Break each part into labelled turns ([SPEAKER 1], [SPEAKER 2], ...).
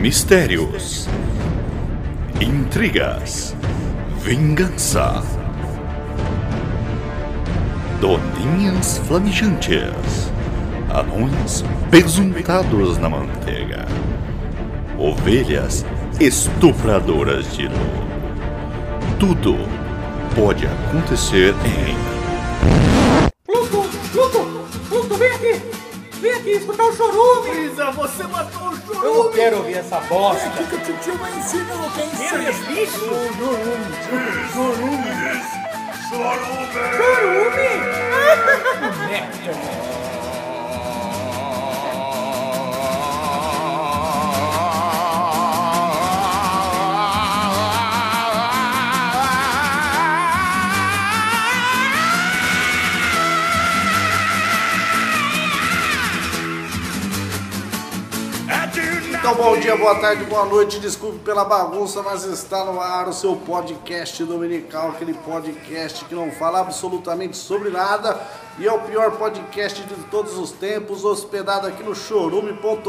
[SPEAKER 1] Mistérios, intrigas, vingança, doninhas flamijantes, anões pesuntados na manteiga, ovelhas estupradoras de luz. Tudo pode acontecer em
[SPEAKER 2] Pluto, Pluto, Pluto, vem aqui! Vem aqui escutar o chorume!
[SPEAKER 3] Isa, você matou o
[SPEAKER 4] Eu
[SPEAKER 3] chorume!
[SPEAKER 4] não quero ouvir essa bosta.
[SPEAKER 3] que o tio vai ensinar o que é Então, bom dia, boa tarde, boa noite. Desculpe pela bagunça, mas está no ar o seu podcast dominical, aquele podcast que não fala absolutamente sobre nada e é o pior podcast de todos os tempos, hospedado aqui no chorume.com.br.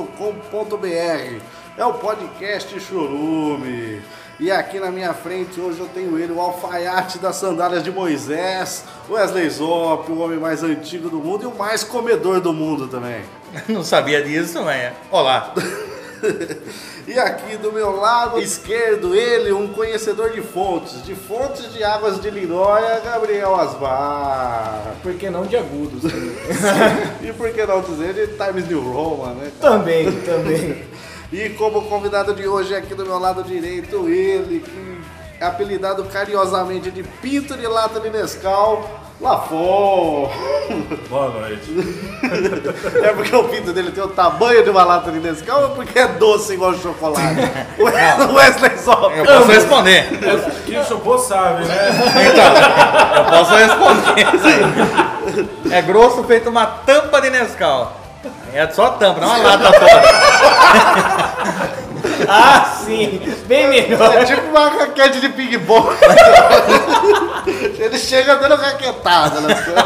[SPEAKER 3] É o podcast Chorume. E aqui na minha frente hoje eu tenho ele, o alfaiate das sandálias de Moisés, Wesley Zop, o homem mais antigo do mundo e o mais comedor do mundo também.
[SPEAKER 4] Não é? sabia disso, mas. Olá.
[SPEAKER 3] E aqui do meu lado esquerdo, ele, um conhecedor de fontes, de fontes de águas de Lindóia, Gabriel Asbar.
[SPEAKER 5] Por que não de agudos?
[SPEAKER 3] E por que não dizer de Times New Roman, né? cara?
[SPEAKER 5] também, também.
[SPEAKER 3] E como convidado de hoje, é aqui do meu lado direito, ele, que é apelidado carinhosamente de Pinto de Lata de Nescau, Lafon.
[SPEAKER 6] Boa noite.
[SPEAKER 3] É porque o pinto dele tem o tamanho de uma lata de Nescau ou porque é doce igual chocolate? O Wesley só.
[SPEAKER 6] É
[SPEAKER 4] Eu posso responder.
[SPEAKER 6] Quem chupou sabe, né?
[SPEAKER 4] Então, eu posso responder. isso aí. É grosso feito uma tampa de Nescau. É só tampa, não é uma lata fora.
[SPEAKER 5] ah, sim! Bem melhor!
[SPEAKER 3] É tipo uma raquete de ping-pong. Ele chega dando raquetada nas coisas.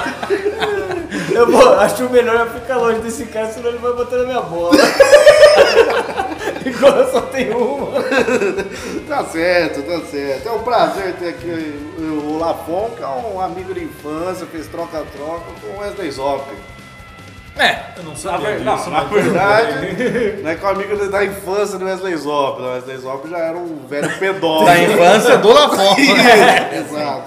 [SPEAKER 5] Eu vou, acho melhor eu ficar longe desse cara, senão ele vai bater na minha bola. Igual eu só tenho uma.
[SPEAKER 3] Tá certo, tá certo. É um prazer ter aqui o o Lafon, que é um amigo de infância, fez troca-troca com o Wesley Zop.
[SPEAKER 4] É,
[SPEAKER 6] Eu não sabia
[SPEAKER 3] ver- não,
[SPEAKER 6] disso,
[SPEAKER 3] na
[SPEAKER 6] mas tudo bem.
[SPEAKER 3] verdade, né, que é um amigo da infância do Wesley Zop. O Wesley Zop já era um velho pedófilo.
[SPEAKER 4] da infância do né? Lafon.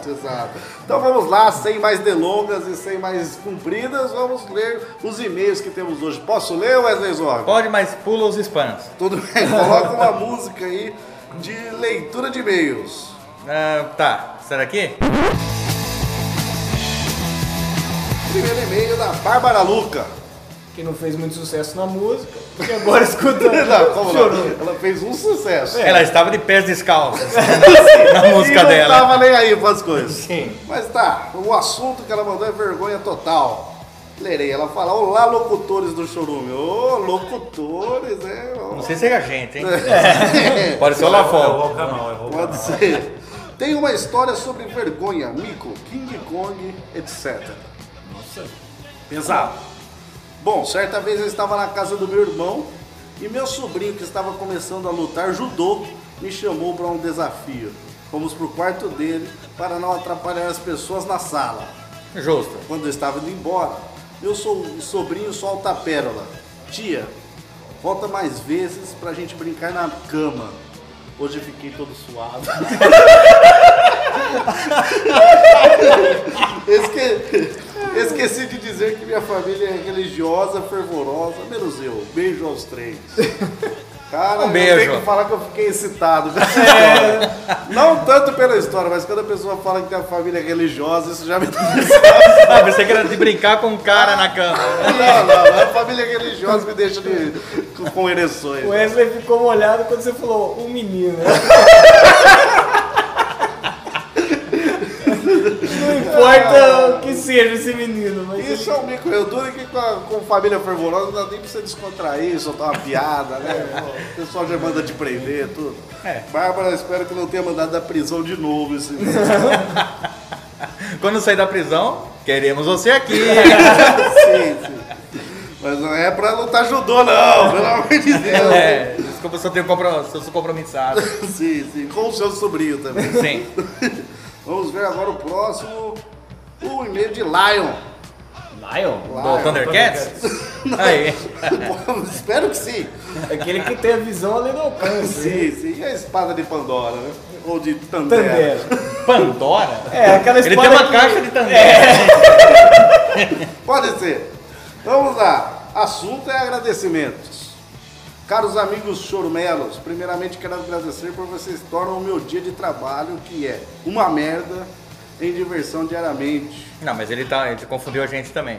[SPEAKER 3] exato, exato. Então vamos lá, sem mais delongas e sem mais compridas, vamos ler os e-mails que temos hoje. Posso ler, Wesley Zop?
[SPEAKER 4] Pode, mas pula os spams.
[SPEAKER 3] Tudo bem, coloca uma música aí de leitura de e-mails.
[SPEAKER 4] Ah, tá, será que?
[SPEAKER 3] Primeiro e-mail da Bárbara Luca.
[SPEAKER 5] Que não fez muito sucesso na música, e agora escuta.
[SPEAKER 3] Não, como não?
[SPEAKER 5] chorou.
[SPEAKER 3] Ela fez um sucesso.
[SPEAKER 5] É.
[SPEAKER 4] Ela estava de pés descalços na
[SPEAKER 3] e
[SPEAKER 4] É, música
[SPEAKER 3] não
[SPEAKER 4] dela.
[SPEAKER 3] tava nem aí pras coisas.
[SPEAKER 5] Sim.
[SPEAKER 3] Mas tá, o assunto que ela mandou é vergonha total. Lerei, ela fala, olá locutores do Chorume. Ô, locutores, é... ó.
[SPEAKER 4] Não sei se é a gente, hein?
[SPEAKER 3] É.
[SPEAKER 4] Pode ser o
[SPEAKER 6] É
[SPEAKER 4] Lafon.
[SPEAKER 6] o canal, é o canal.
[SPEAKER 3] Pode ser. Tem uma história sobre vergonha, mico, King Kong, etc. Nossa. Pesado. Bom, certa vez eu estava na casa do meu irmão e meu sobrinho, que estava começando a lutar judô, me chamou para um desafio. Fomos pro quarto dele para não atrapalhar as pessoas na sala.
[SPEAKER 4] Justo.
[SPEAKER 3] Quando eu estava indo embora, meu so- sobrinho solta a pérola. Tia, volta mais vezes pra gente brincar na cama. Hoje eu fiquei todo suado. Esque- Esqueci de dizer que minha família é religiosa, fervorosa, menos eu. Beijo aos três. Cara,
[SPEAKER 4] Um beijo. É.
[SPEAKER 3] eu tenho que falar que eu fiquei excitado. com essa história. Não tanto pela história, mas quando a pessoa fala que tem uma família é religiosa, isso já me dá
[SPEAKER 4] Ah, pensei que era de brincar com um cara na cama.
[SPEAKER 3] Não, não, a família religiosa me deixa de- com, com ereções.
[SPEAKER 5] O Wesley ficou molhado quando você falou um menino. não importa o que seja esse menino, mas.
[SPEAKER 3] Isso é um mico. Eu duro que com, a- com família fervorosa não dá nem pra você descontrair, soltar uma piada, né? O pessoal já manda te prender, tudo. Bárbara, espero que não tenha mandado da prisão de novo esse
[SPEAKER 4] Quando sair da prisão, queremos você aqui.
[SPEAKER 3] sim, sim. Mas mas não é pra lutar judô, não, pelo amor de Deus.
[SPEAKER 4] É, desculpa se eu, tenho compro... se eu sou compromissado.
[SPEAKER 3] Sim, sim, com o seu sobrinho também.
[SPEAKER 4] Sim.
[SPEAKER 3] Vamos ver agora o próximo. O e-mail de Lion.
[SPEAKER 5] Lion?
[SPEAKER 4] Do Thundercats? Aí.
[SPEAKER 3] Bom, Espero que sim.
[SPEAKER 5] Aquele que tem a visão além do alcance.
[SPEAKER 3] Sim, sim. E a espada de Pandora, né? Ou de Tandera.
[SPEAKER 5] Tandera.
[SPEAKER 4] Pandora?
[SPEAKER 5] É, aquela
[SPEAKER 4] Ele
[SPEAKER 5] espada
[SPEAKER 4] tem uma
[SPEAKER 5] que-
[SPEAKER 4] caixa
[SPEAKER 3] É.
[SPEAKER 4] de Tandera.
[SPEAKER 3] Pode ser. Vamos lá. Assunto é agradecimentos. Caros amigos chorumelos, primeiramente quero agradecer por vocês tornam o meu dia de trabalho, que é uma merda, em diversão diariamente.
[SPEAKER 4] Não, mas ele, tá, ele confundiu a gente também.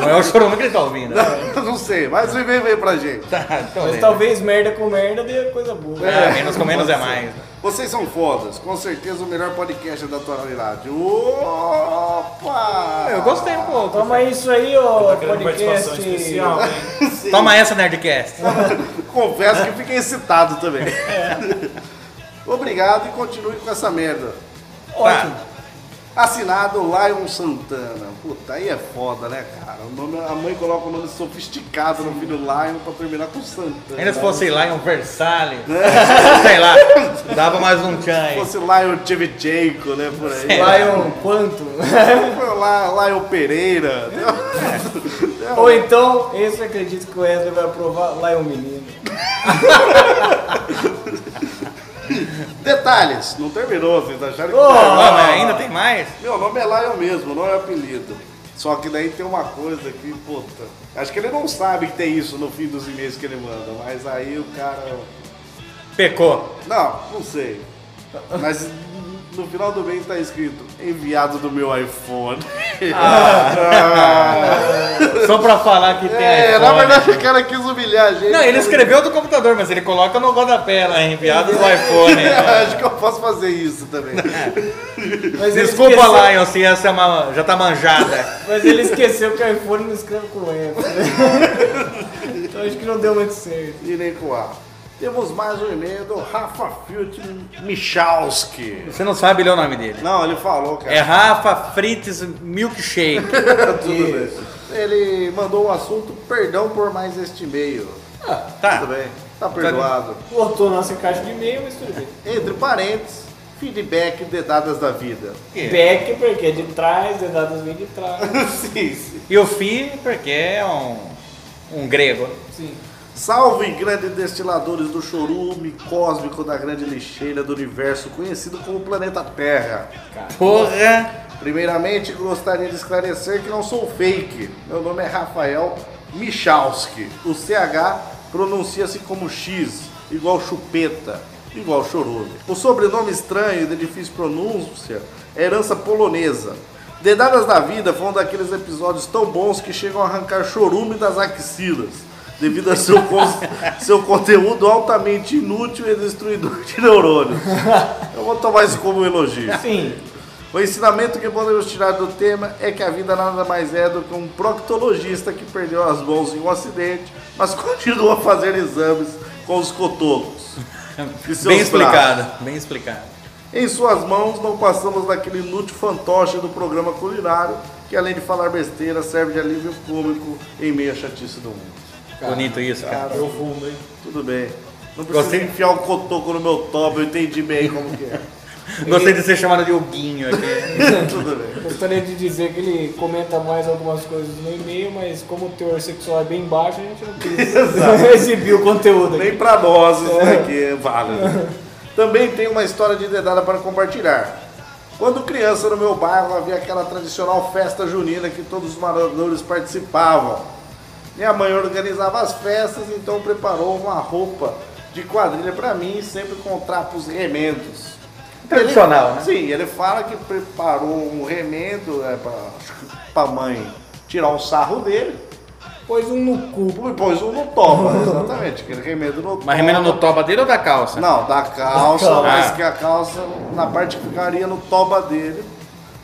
[SPEAKER 4] Não é o chorão que ele tá ouvindo.
[SPEAKER 3] Eu não sei, mas o e-mail veio pra gente.
[SPEAKER 4] Tá, então
[SPEAKER 5] Mas
[SPEAKER 4] é.
[SPEAKER 5] talvez merda com merda dê coisa boa.
[SPEAKER 4] É, menos com menos é mais.
[SPEAKER 3] Vocês são fodas, com certeza o melhor podcast da atualidade. Opa!
[SPEAKER 4] Eu gostei um pouco.
[SPEAKER 5] Toma isso aí, ô
[SPEAKER 6] Querendo participação
[SPEAKER 5] podcast.
[SPEAKER 6] especial, hein?
[SPEAKER 4] Toma essa, Nerdcast.
[SPEAKER 3] Confesso que fiquei excitado também. É. Obrigado e continue com essa merda.
[SPEAKER 5] Ótimo.
[SPEAKER 4] Tá.
[SPEAKER 3] Assinado Lion Santana. Puta, aí é foda, né, cara? O nome- a mãe coloca o nome sofisticado no filho Lion pra terminar com Santana.
[SPEAKER 4] Ainda se fosse lá em um Versalhes, sei lá, dava mais um tchan
[SPEAKER 3] Né? Se
[SPEAKER 4] aí.
[SPEAKER 3] fosse Lion Tchevchenko, né, por
[SPEAKER 4] Ah. É.
[SPEAKER 3] aí.
[SPEAKER 5] Lion quanto?
[SPEAKER 3] Lá, Lion Pereira.
[SPEAKER 5] Ou então, esse eu acredito que o Wesley vai aprovar Lion Menino.
[SPEAKER 3] Detalhes, não terminou, vocês acharam que
[SPEAKER 5] Oh!
[SPEAKER 4] Ah, mas ainda tem mais?
[SPEAKER 3] Meu nome é Lion mesmo, não é apelido. Só que daí tem uma coisa que, puta. Acho que ele não sabe que tem isso no fim dos e-mails que ele manda, mas aí o cara.
[SPEAKER 4] Pecou.
[SPEAKER 3] Não, não sei. Mas no final do mês tá escrito: enviado do meu iPhone.
[SPEAKER 4] Só pra falar que Ah, tem
[SPEAKER 3] é,
[SPEAKER 4] iPhone. né?
[SPEAKER 3] na verdade o cara quis humilhar a gente.
[SPEAKER 4] Não, ele escreveu do computador, mas ele coloca no rodapé lá, enviado do iPhone.
[SPEAKER 3] Acho que eu posso fazer isso também.
[SPEAKER 5] Mas ele
[SPEAKER 4] Desculpa,
[SPEAKER 5] esqueceu-
[SPEAKER 4] Lion, se essa é uma- já tá manjada.
[SPEAKER 5] Mas ele esqueceu que o iPhone não escreve com F. então acho que não deu muito certo.
[SPEAKER 3] E nem com A. Temos mais um e-mail do Rafa Filt Michalski.
[SPEAKER 4] Você não sabe ler o nome dele.
[SPEAKER 3] Não, ele falou, cara.
[SPEAKER 4] É Rafa Frites Milkshake.
[SPEAKER 3] É Tudo bem. Ele mandou o assunto perdão por mais este e-mail.
[SPEAKER 4] Tá.
[SPEAKER 3] Tudo bem, tá perdoado.
[SPEAKER 5] Cortou nossa caixa de e-mail, mas tudo bem.
[SPEAKER 3] Entre parênteses, feedback dedadas da vida.
[SPEAKER 5] Back porque é de trás, dedados vem de trás.
[SPEAKER 3] sim, sim.
[SPEAKER 4] E o Fi, porque é um, um grego.
[SPEAKER 5] Sim.
[SPEAKER 3] Salve, grandes destiladores do chorume cósmico da grande lixeira do universo, conhecido como planeta Terra.
[SPEAKER 4] Porra!
[SPEAKER 3] Primeiramente, gostaria de esclarecer que não sou fake. Meu nome é Rafael Michalski. O CH pronuncia-se como X, igual chupeta, igual chorume. O sobrenome estranho e de difícil pronúncia é herança polonesa. Dedadas da Vida foi um daqueles episódios tão bons que chegam a arrancar chorume das axilas, devido a seu, con- seu conteúdo altamente inútil e destruidor de neurônios. Eu vou tomar isso como um elogio.
[SPEAKER 5] Sim.
[SPEAKER 3] O ensinamento que podemos tirar do tema é que a vida nada mais é do que um proctologista que perdeu as mãos em um acidente, mas continua a fazer exames com os cotocos. E seus
[SPEAKER 4] Bem
[SPEAKER 3] braços.
[SPEAKER 4] explicado, bem explicado.
[SPEAKER 3] Em suas mãos não passamos daquele inútil fantoche do programa culinário, que além de falar besteira, serve de alívio cômico em meio à chatice do mundo.
[SPEAKER 4] Bonito isso, cara.
[SPEAKER 5] Profundo,
[SPEAKER 6] né?
[SPEAKER 5] hein?
[SPEAKER 3] Tudo bem. Não precisa
[SPEAKER 4] Gostei.
[SPEAKER 3] enfiar o cotoco no meu top, eu entendi bem como que é.
[SPEAKER 4] Gostei de ser chamado de Huguinho aqui.
[SPEAKER 3] Tudo bem.
[SPEAKER 5] Gostaria de dizer que ele comenta mais algumas coisas no e-mail, mas como o teor sexual é bem baixo, a gente não
[SPEAKER 3] Exato.
[SPEAKER 5] quis exibir o conteúdo aqui.
[SPEAKER 3] Nem pra nós isso daqui é válido. Também tem uma história de dedada para compartilhar. Quando criança no meu bairro havia aquela tradicional festa junina que todos os moradores participavam. Minha mãe organizava as festas, então preparou uma roupa de quadrilha para mim, sempre com trapos remendos.
[SPEAKER 4] Tradicional,
[SPEAKER 3] Ele-
[SPEAKER 4] né?
[SPEAKER 3] Sim, ele fala que preparou um remendo é, para a mãe tirar um sarro dele.
[SPEAKER 5] Pôs um no cu.
[SPEAKER 3] E pôs um no toba, exatamente, aquele remendo no
[SPEAKER 4] Mas remendo no toba dele ou da calça?
[SPEAKER 3] não, da calça,
[SPEAKER 5] Da calça.
[SPEAKER 3] mas
[SPEAKER 4] Ah.
[SPEAKER 3] que a calça na parte que ficaria no toba dele.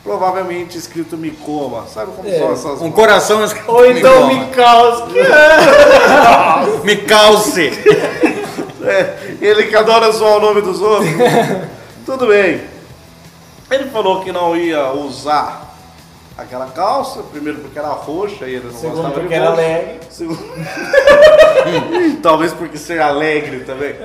[SPEAKER 3] Provavelmente escrito me coma. Sabe como
[SPEAKER 5] É.
[SPEAKER 3] são essas
[SPEAKER 4] Um coração escrito
[SPEAKER 5] Ou então
[SPEAKER 4] me,
[SPEAKER 5] me causa.
[SPEAKER 4] coma. me calce.
[SPEAKER 3] É, ele que adora zoar o nome dos outros. Tudo bem. Ele falou que não ia usar aquela calça, primeiro porque era roxa e ele não
[SPEAKER 5] Segundo
[SPEAKER 3] gostava
[SPEAKER 5] porque
[SPEAKER 3] de
[SPEAKER 5] era
[SPEAKER 3] roxo.
[SPEAKER 5] alegre.
[SPEAKER 3] Segundo- Talvez porque ser alegre também.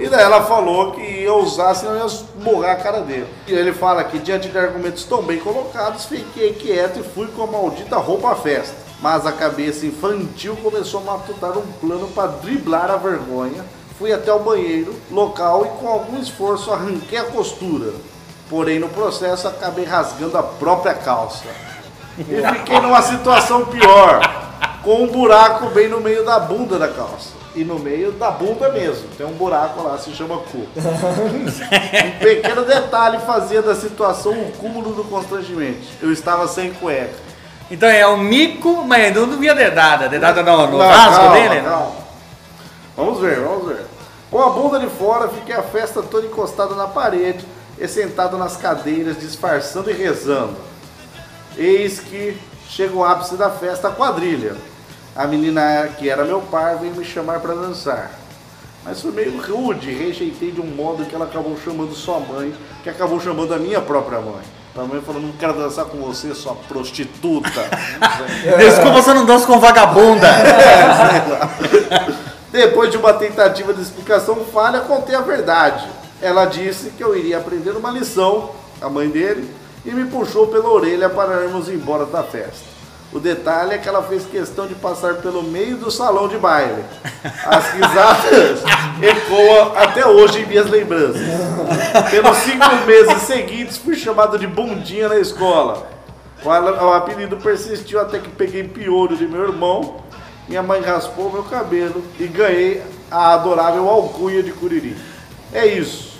[SPEAKER 3] E daí ela falou que ia usar, senão ia borrar a cara dele. E ele fala que diante de argumentos tão bem colocados, fiquei quieto e fui com a maldita roupa à festa. Mas a cabeça infantil começou a matutar um plano para driblar a vergonha. Fui até o banheiro local e com algum esforço arranquei a costura. Porém, no processo, acabei rasgando a própria calça. E fiquei numa situação pior, com um buraco bem no meio da bunda da calça. E no meio da bunda mesmo, tem um buraco lá, se chama cu. Um pequeno detalhe fazia da situação o cúmulo do constrangimento. Eu estava sem cueca.
[SPEAKER 4] Então é o mico, mas eu não via dedada. Dedada no, no
[SPEAKER 3] Não,
[SPEAKER 4] rasgo
[SPEAKER 3] calma,
[SPEAKER 4] dele? né?
[SPEAKER 3] calma. Vamos ver, vamos ver. Com a bunda de fora, fiquei a festa toda encostada na parede e sentado nas cadeiras, disfarçando e rezando. Eis que chega o ápice da festa, a quadrilha. A menina que era meu par veio me chamar para dançar. Mas foi meio rude, rejeitei de um modo que ela acabou chamando sua mãe, que acabou chamando a minha própria mãe. Minha mãe falou, não quero dançar com você, sua prostituta.
[SPEAKER 4] Desculpa, você não dança com vagabunda.
[SPEAKER 3] Depois de uma tentativa de explicação falha, contei a verdade. Ela disse que eu iria aprender uma lição, a mãe dele, e me puxou pela orelha para irmos embora da festa. O detalhe é que ela fez questão de passar pelo meio do salão de baile. As risadas ecoam até hoje em minhas lembranças. Pelos cinco meses seguintes, fui chamado de bundinha na escola. O ala- o apelido persistiu até que peguei piolho de meu irmão. Minha mãe raspou meu cabelo e ganhei a adorável alcunha de Curiri. É isso.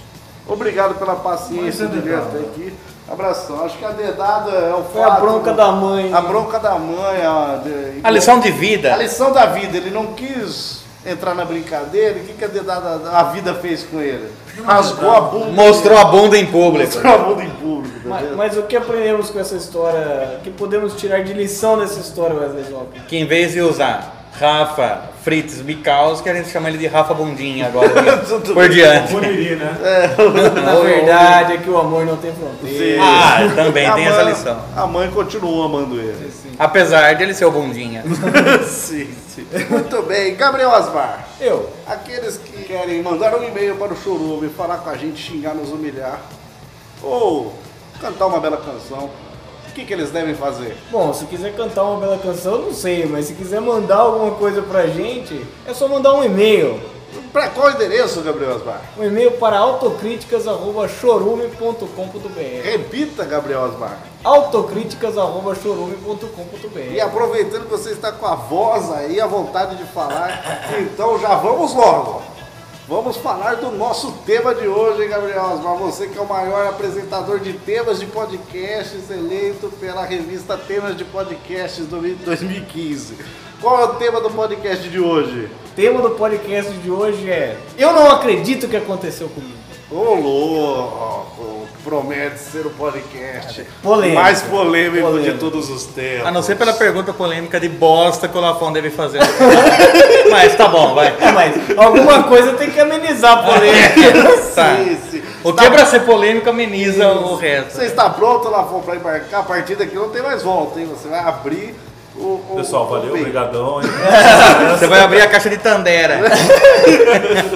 [SPEAKER 3] Obrigado pela
[SPEAKER 5] é
[SPEAKER 3] paciência de vir até aqui. Abração. Acho que a dedada é o
[SPEAKER 5] Foi a
[SPEAKER 3] fato-
[SPEAKER 5] bronca da mãe. né?
[SPEAKER 3] A bronca da mãe. A, de-
[SPEAKER 4] A lição de
[SPEAKER 3] A
[SPEAKER 4] vida.
[SPEAKER 3] lição da vida. Ele não quis entrar na brincadeira. E O que, que a dedada a vida fez com ele? Rasgou a bunda.
[SPEAKER 4] Mostrou a bunda em público.
[SPEAKER 3] Mostrou a bunda em público. tá
[SPEAKER 5] Mas,
[SPEAKER 3] vendo?
[SPEAKER 5] mas o que aprendemos com essa história? O que podemos tirar de lição dessa história, Wesley Zop?
[SPEAKER 4] Que em vez de usar Rafa Fritz Micaus, que a gente chama ele de Rafa Bundinha agora.
[SPEAKER 3] Tudo
[SPEAKER 4] por
[SPEAKER 3] bem.
[SPEAKER 4] diante.
[SPEAKER 6] Curiri, né?
[SPEAKER 3] É,
[SPEAKER 5] Na verdade é que o amor não tem fronteira.
[SPEAKER 4] Ah, também
[SPEAKER 3] A
[SPEAKER 4] tem essa
[SPEAKER 3] mãe-
[SPEAKER 4] lição.
[SPEAKER 3] A mãe continuou amando ele.
[SPEAKER 4] Apesar dele ser o Bundinha.
[SPEAKER 3] sim, sim. Muito bem, Gabriel Asmar.
[SPEAKER 5] Eu.
[SPEAKER 3] Aqueles que querem mandar um e-mail para o Chorume, falar com a gente, xingar, nos humilhar, ou cantar uma bela canção, o que, que eles devem fazer?
[SPEAKER 5] Bom, se quiser cantar uma bela canção, eu não sei, mas se quiser mandar alguma coisa pra gente, é só mandar um e-mail.
[SPEAKER 3] Para qual endereço, Gabriel Asmar?
[SPEAKER 5] Um e-mail para autocríticas.chorume.com.br
[SPEAKER 3] Repita, Gabriel Asmar. E
[SPEAKER 5] autocríticas.chorume.com.br
[SPEAKER 3] aproveitando que você está com a voz aí, a vontade de falar, então já vamos logo. Vamos falar do nosso tema de hoje, hein, Gabriel Osmar? Você que é o maior apresentador de temas de podcasts, eleito pela revista Temas de Podcasts do 2015. Qual é o tema do podcast de hoje?
[SPEAKER 5] O tema do podcast de hoje é Eu não acredito que aconteceu comigo.
[SPEAKER 3] Ô, louco! Promete ser o podcast
[SPEAKER 5] Polêmico.
[SPEAKER 3] mais polêmico, de
[SPEAKER 5] Polêmico.
[SPEAKER 3] todos os tempos.
[SPEAKER 4] A não ser pela pergunta polêmica de bosta que o Lafon deve fazer. Mas tá bom, vai.
[SPEAKER 5] É, mas alguma coisa tem que amenizar a polêmica.
[SPEAKER 4] Tá.
[SPEAKER 3] Sim, sim.
[SPEAKER 4] O que é pra ser polêmico ameniza o resto.
[SPEAKER 3] Você está pronto, Lafon, para embarcar? A partir daqui não tem mais volta, hein? Você vai abrir o. o-
[SPEAKER 6] Pessoal,
[SPEAKER 3] o
[SPEAKER 6] valeu,
[SPEAKER 3] peito.
[SPEAKER 6] obrigadão, hein?
[SPEAKER 4] Você vai abrir a caixa de Tandera.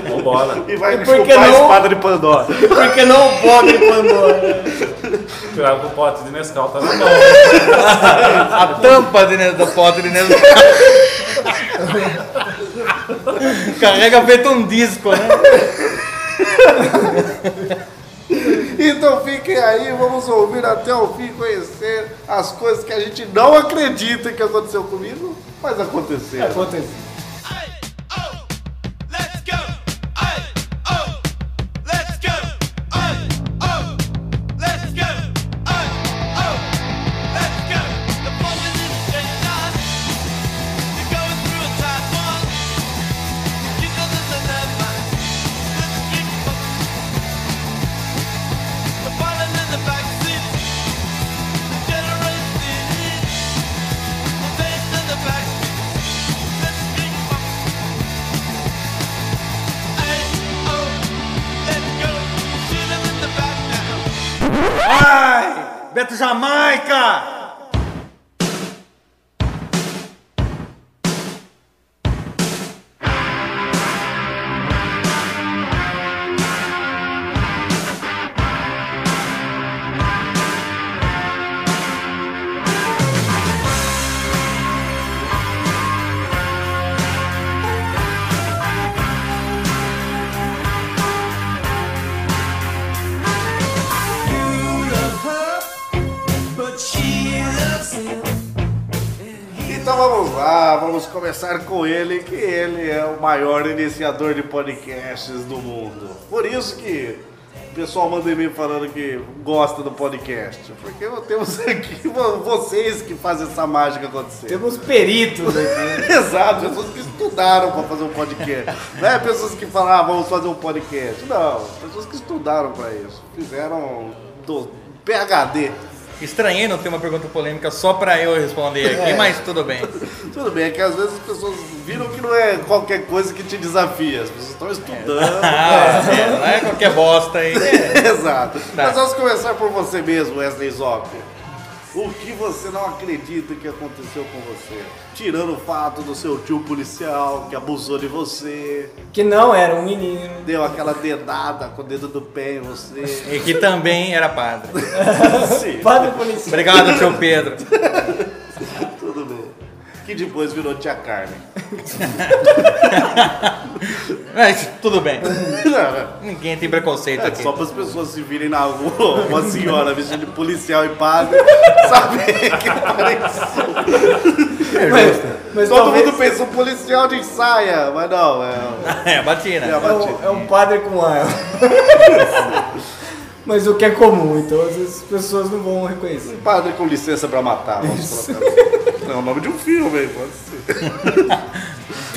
[SPEAKER 6] Vambora.
[SPEAKER 3] E vai
[SPEAKER 5] E por que
[SPEAKER 3] chupar a
[SPEAKER 5] não?
[SPEAKER 3] espada de Pandora.
[SPEAKER 5] Porque não pode Pandora.
[SPEAKER 6] Tirar com o pote de Nescau, tá na mão. né?
[SPEAKER 4] A tampa de, ne- do pote de Nescau. Carrega feito um disco, né?
[SPEAKER 3] Então fiquem aí, vamos ouvir até o fim, conhecer as coisas que a gente não acredita que aconteceu comigo, mas aconteceram.
[SPEAKER 5] Aconteceu.
[SPEAKER 4] Ai! Beto Jamaica!
[SPEAKER 3] Então vamos começar com ele, que ele é o maior iniciador de podcasts do mundo. Por isso que o pessoal manda e-mail falando que gosta do podcast. Porque temos aqui vo- vocês que fazem essa mágica acontecer.
[SPEAKER 5] Temos peritos
[SPEAKER 3] né?
[SPEAKER 5] aqui.
[SPEAKER 3] Exato, pessoas que estudaram para fazer um podcast. Não é pessoas que falam, ah, vamos fazer um podcast. Não, pessoas que estudaram para isso. Fizeram do PHD.
[SPEAKER 4] Estranhei não ter uma pergunta polêmica só pra eu responder
[SPEAKER 3] É.
[SPEAKER 4] aqui, mas tudo bem.
[SPEAKER 3] Tudo bem, é que às vezes as pessoas viram que não é qualquer coisa que te desafia. As pessoas estão estudando.
[SPEAKER 4] Ah, é, não é qualquer bosta aí.
[SPEAKER 3] Exato.
[SPEAKER 4] Tá.
[SPEAKER 3] Mas vamos começar por você mesmo, Wesley Zop. O que você não acredita que aconteceu com você? Tirando o fato do seu tio policial que abusou de você,
[SPEAKER 5] Que não era um menino.
[SPEAKER 3] deu aquela dedada com o dedo do pé em você.
[SPEAKER 4] E que também era padre.
[SPEAKER 3] Sim,
[SPEAKER 5] Padre policial.
[SPEAKER 4] Obrigado, tio Pedro.
[SPEAKER 3] tudo bem. Que depois virou tia Carmen.
[SPEAKER 4] Mas tudo bem.
[SPEAKER 3] Não,
[SPEAKER 4] Ninguém tem preconceito
[SPEAKER 3] é
[SPEAKER 4] aqui.
[SPEAKER 3] só para as pessoas se virem na rua, uma senhora vestida de policial e padre, saber que apareceu.
[SPEAKER 5] Mas, mas
[SPEAKER 3] Todo
[SPEAKER 5] talvez
[SPEAKER 3] mundo pensa um policial de saia, mas não, é,
[SPEAKER 4] É, batina.
[SPEAKER 3] é a
[SPEAKER 5] é
[SPEAKER 3] batida.
[SPEAKER 5] um, é um padre com ar. mas o que é comum, então às vezes as pessoas não vão reconhecer.
[SPEAKER 3] um Padre com licença pra matar, vamos colocar assim. Não, é o nome de um filme, aí, pode ser.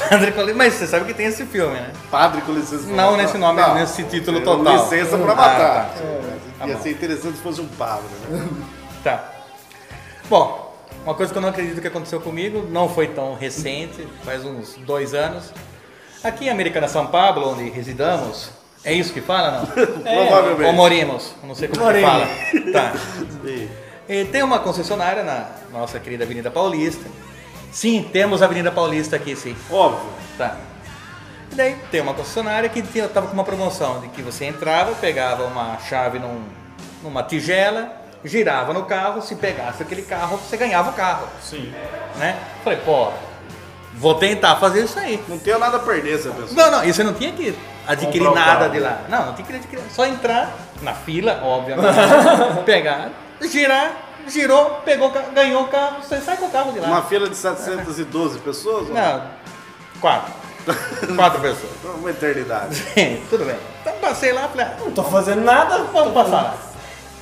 [SPEAKER 4] Padre Colin- Mas você sabe que tem esse filme, né?
[SPEAKER 3] Padre com licença pra
[SPEAKER 4] Não
[SPEAKER 3] matar.
[SPEAKER 4] nesse nome,
[SPEAKER 3] Não.
[SPEAKER 4] nesse título
[SPEAKER 3] É,
[SPEAKER 4] total.
[SPEAKER 3] Licença pra
[SPEAKER 4] Ah,
[SPEAKER 3] matar.
[SPEAKER 4] Tá
[SPEAKER 3] Ia
[SPEAKER 4] bom.
[SPEAKER 3] ser interessante se fosse um padre, né?
[SPEAKER 4] Tá. Bom, uma coisa que eu não acredito que aconteceu comigo, não foi tão recente, faz uns dois anos. Aqui em Americana, São Paulo, onde residamos, é isso que fala, não? É, Ou
[SPEAKER 3] Provavelmente.
[SPEAKER 4] morimos, não sei como que fala. Tá.
[SPEAKER 3] Sim.
[SPEAKER 4] E tem uma concessionária na nossa querida Avenida Paulista. Sim, temos a Avenida Paulista aqui, sim.
[SPEAKER 3] Óbvio.
[SPEAKER 4] Tá. E daí tem uma concessionária que tinha- tava com uma promoção de que você entrava, pegava uma chave num, numa tigela, girava no carro, se pegasse aquele carro, você ganhava o carro,
[SPEAKER 6] Sim.
[SPEAKER 4] né? Falei, pô, vou tentar fazer isso aí.
[SPEAKER 3] Não tenho nada a perder essa pessoa.
[SPEAKER 4] Não, não, e você não tinha que adquirir
[SPEAKER 6] Comprar o
[SPEAKER 4] nada
[SPEAKER 6] carro. né?
[SPEAKER 4] de lá. Não, não tinha que adquirir, só entrar na fila, obviamente, pegar, girar, girou, pegou, o carro, ganhou o carro, você sai com o carro de lá.
[SPEAKER 3] Uma fila de 712 pessoas?
[SPEAKER 4] Não, quatro. Quatro pessoas.
[SPEAKER 3] é Uma eternidade.
[SPEAKER 4] Sim, tudo bem. Então passei lá, falei, ah,
[SPEAKER 5] Não tô fazendo nada.
[SPEAKER 4] vamos passar lá.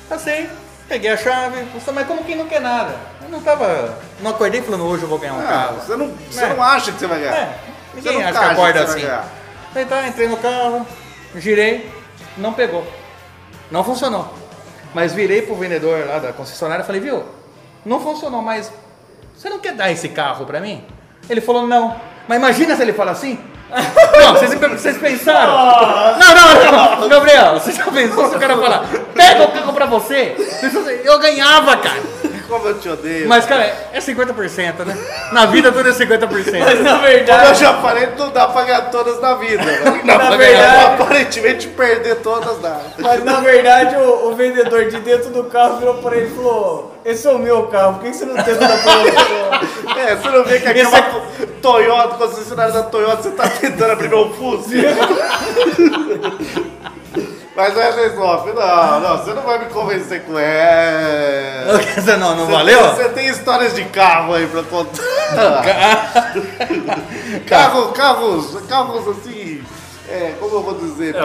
[SPEAKER 4] Passei, peguei a chave, falei, mas como quem não quer nada? Eu não tava. Não acordei falando hoje eu vou ganhar um
[SPEAKER 3] Ah,
[SPEAKER 4] carro.
[SPEAKER 3] você não, você
[SPEAKER 4] É.
[SPEAKER 3] não acha que você vai ganhar.
[SPEAKER 4] É, ninguém
[SPEAKER 3] não
[SPEAKER 4] acha que
[SPEAKER 3] acha
[SPEAKER 4] acorda
[SPEAKER 3] que você
[SPEAKER 4] assim.
[SPEAKER 3] vai ganhar.
[SPEAKER 4] Falei, tá, entrei no carro, girei, não pegou. Não funcionou. Mas virei pro vendedor lá da concessionária e falei, viu, não funcionou, mas você não quer dar esse carro pra mim? Ele falou, não. Mas imagina se ele fala assim? Não, vocês, vocês pensaram? Não, não, não, Gabriel, você já pensou se o cara falar, pega o carro pra você? Eu ganhava, cara.
[SPEAKER 3] Como eu te odeio.
[SPEAKER 4] Mas, cara, é 50%, né? Na vida tudo é 50%.
[SPEAKER 5] Mas na
[SPEAKER 3] Como
[SPEAKER 4] é.
[SPEAKER 3] eu
[SPEAKER 5] verdade,
[SPEAKER 3] já falei, não dá pra ganhar todas na vida. né? Não dá pra ganhar,
[SPEAKER 5] verdade-
[SPEAKER 3] aparentemente perder todas na
[SPEAKER 5] mas na verdade o, o vendedor de dentro do carro virou pra ele e falou: Esse é o meu carro, por que que você não tenta da promoção?
[SPEAKER 3] É, você não vê que aqui é uma co- Toyota, concessionária da Toyota, você tá tentando abrir um fuzil. Mas é resolve, não, não, você não vai me convencer com essa.
[SPEAKER 4] Quer dizer, Não, não
[SPEAKER 3] Você
[SPEAKER 4] valeu?
[SPEAKER 3] tem- Você tem histórias de carro aí pra contar. carro, carros, carros assim. É, como eu vou dizer?
[SPEAKER 6] É, o-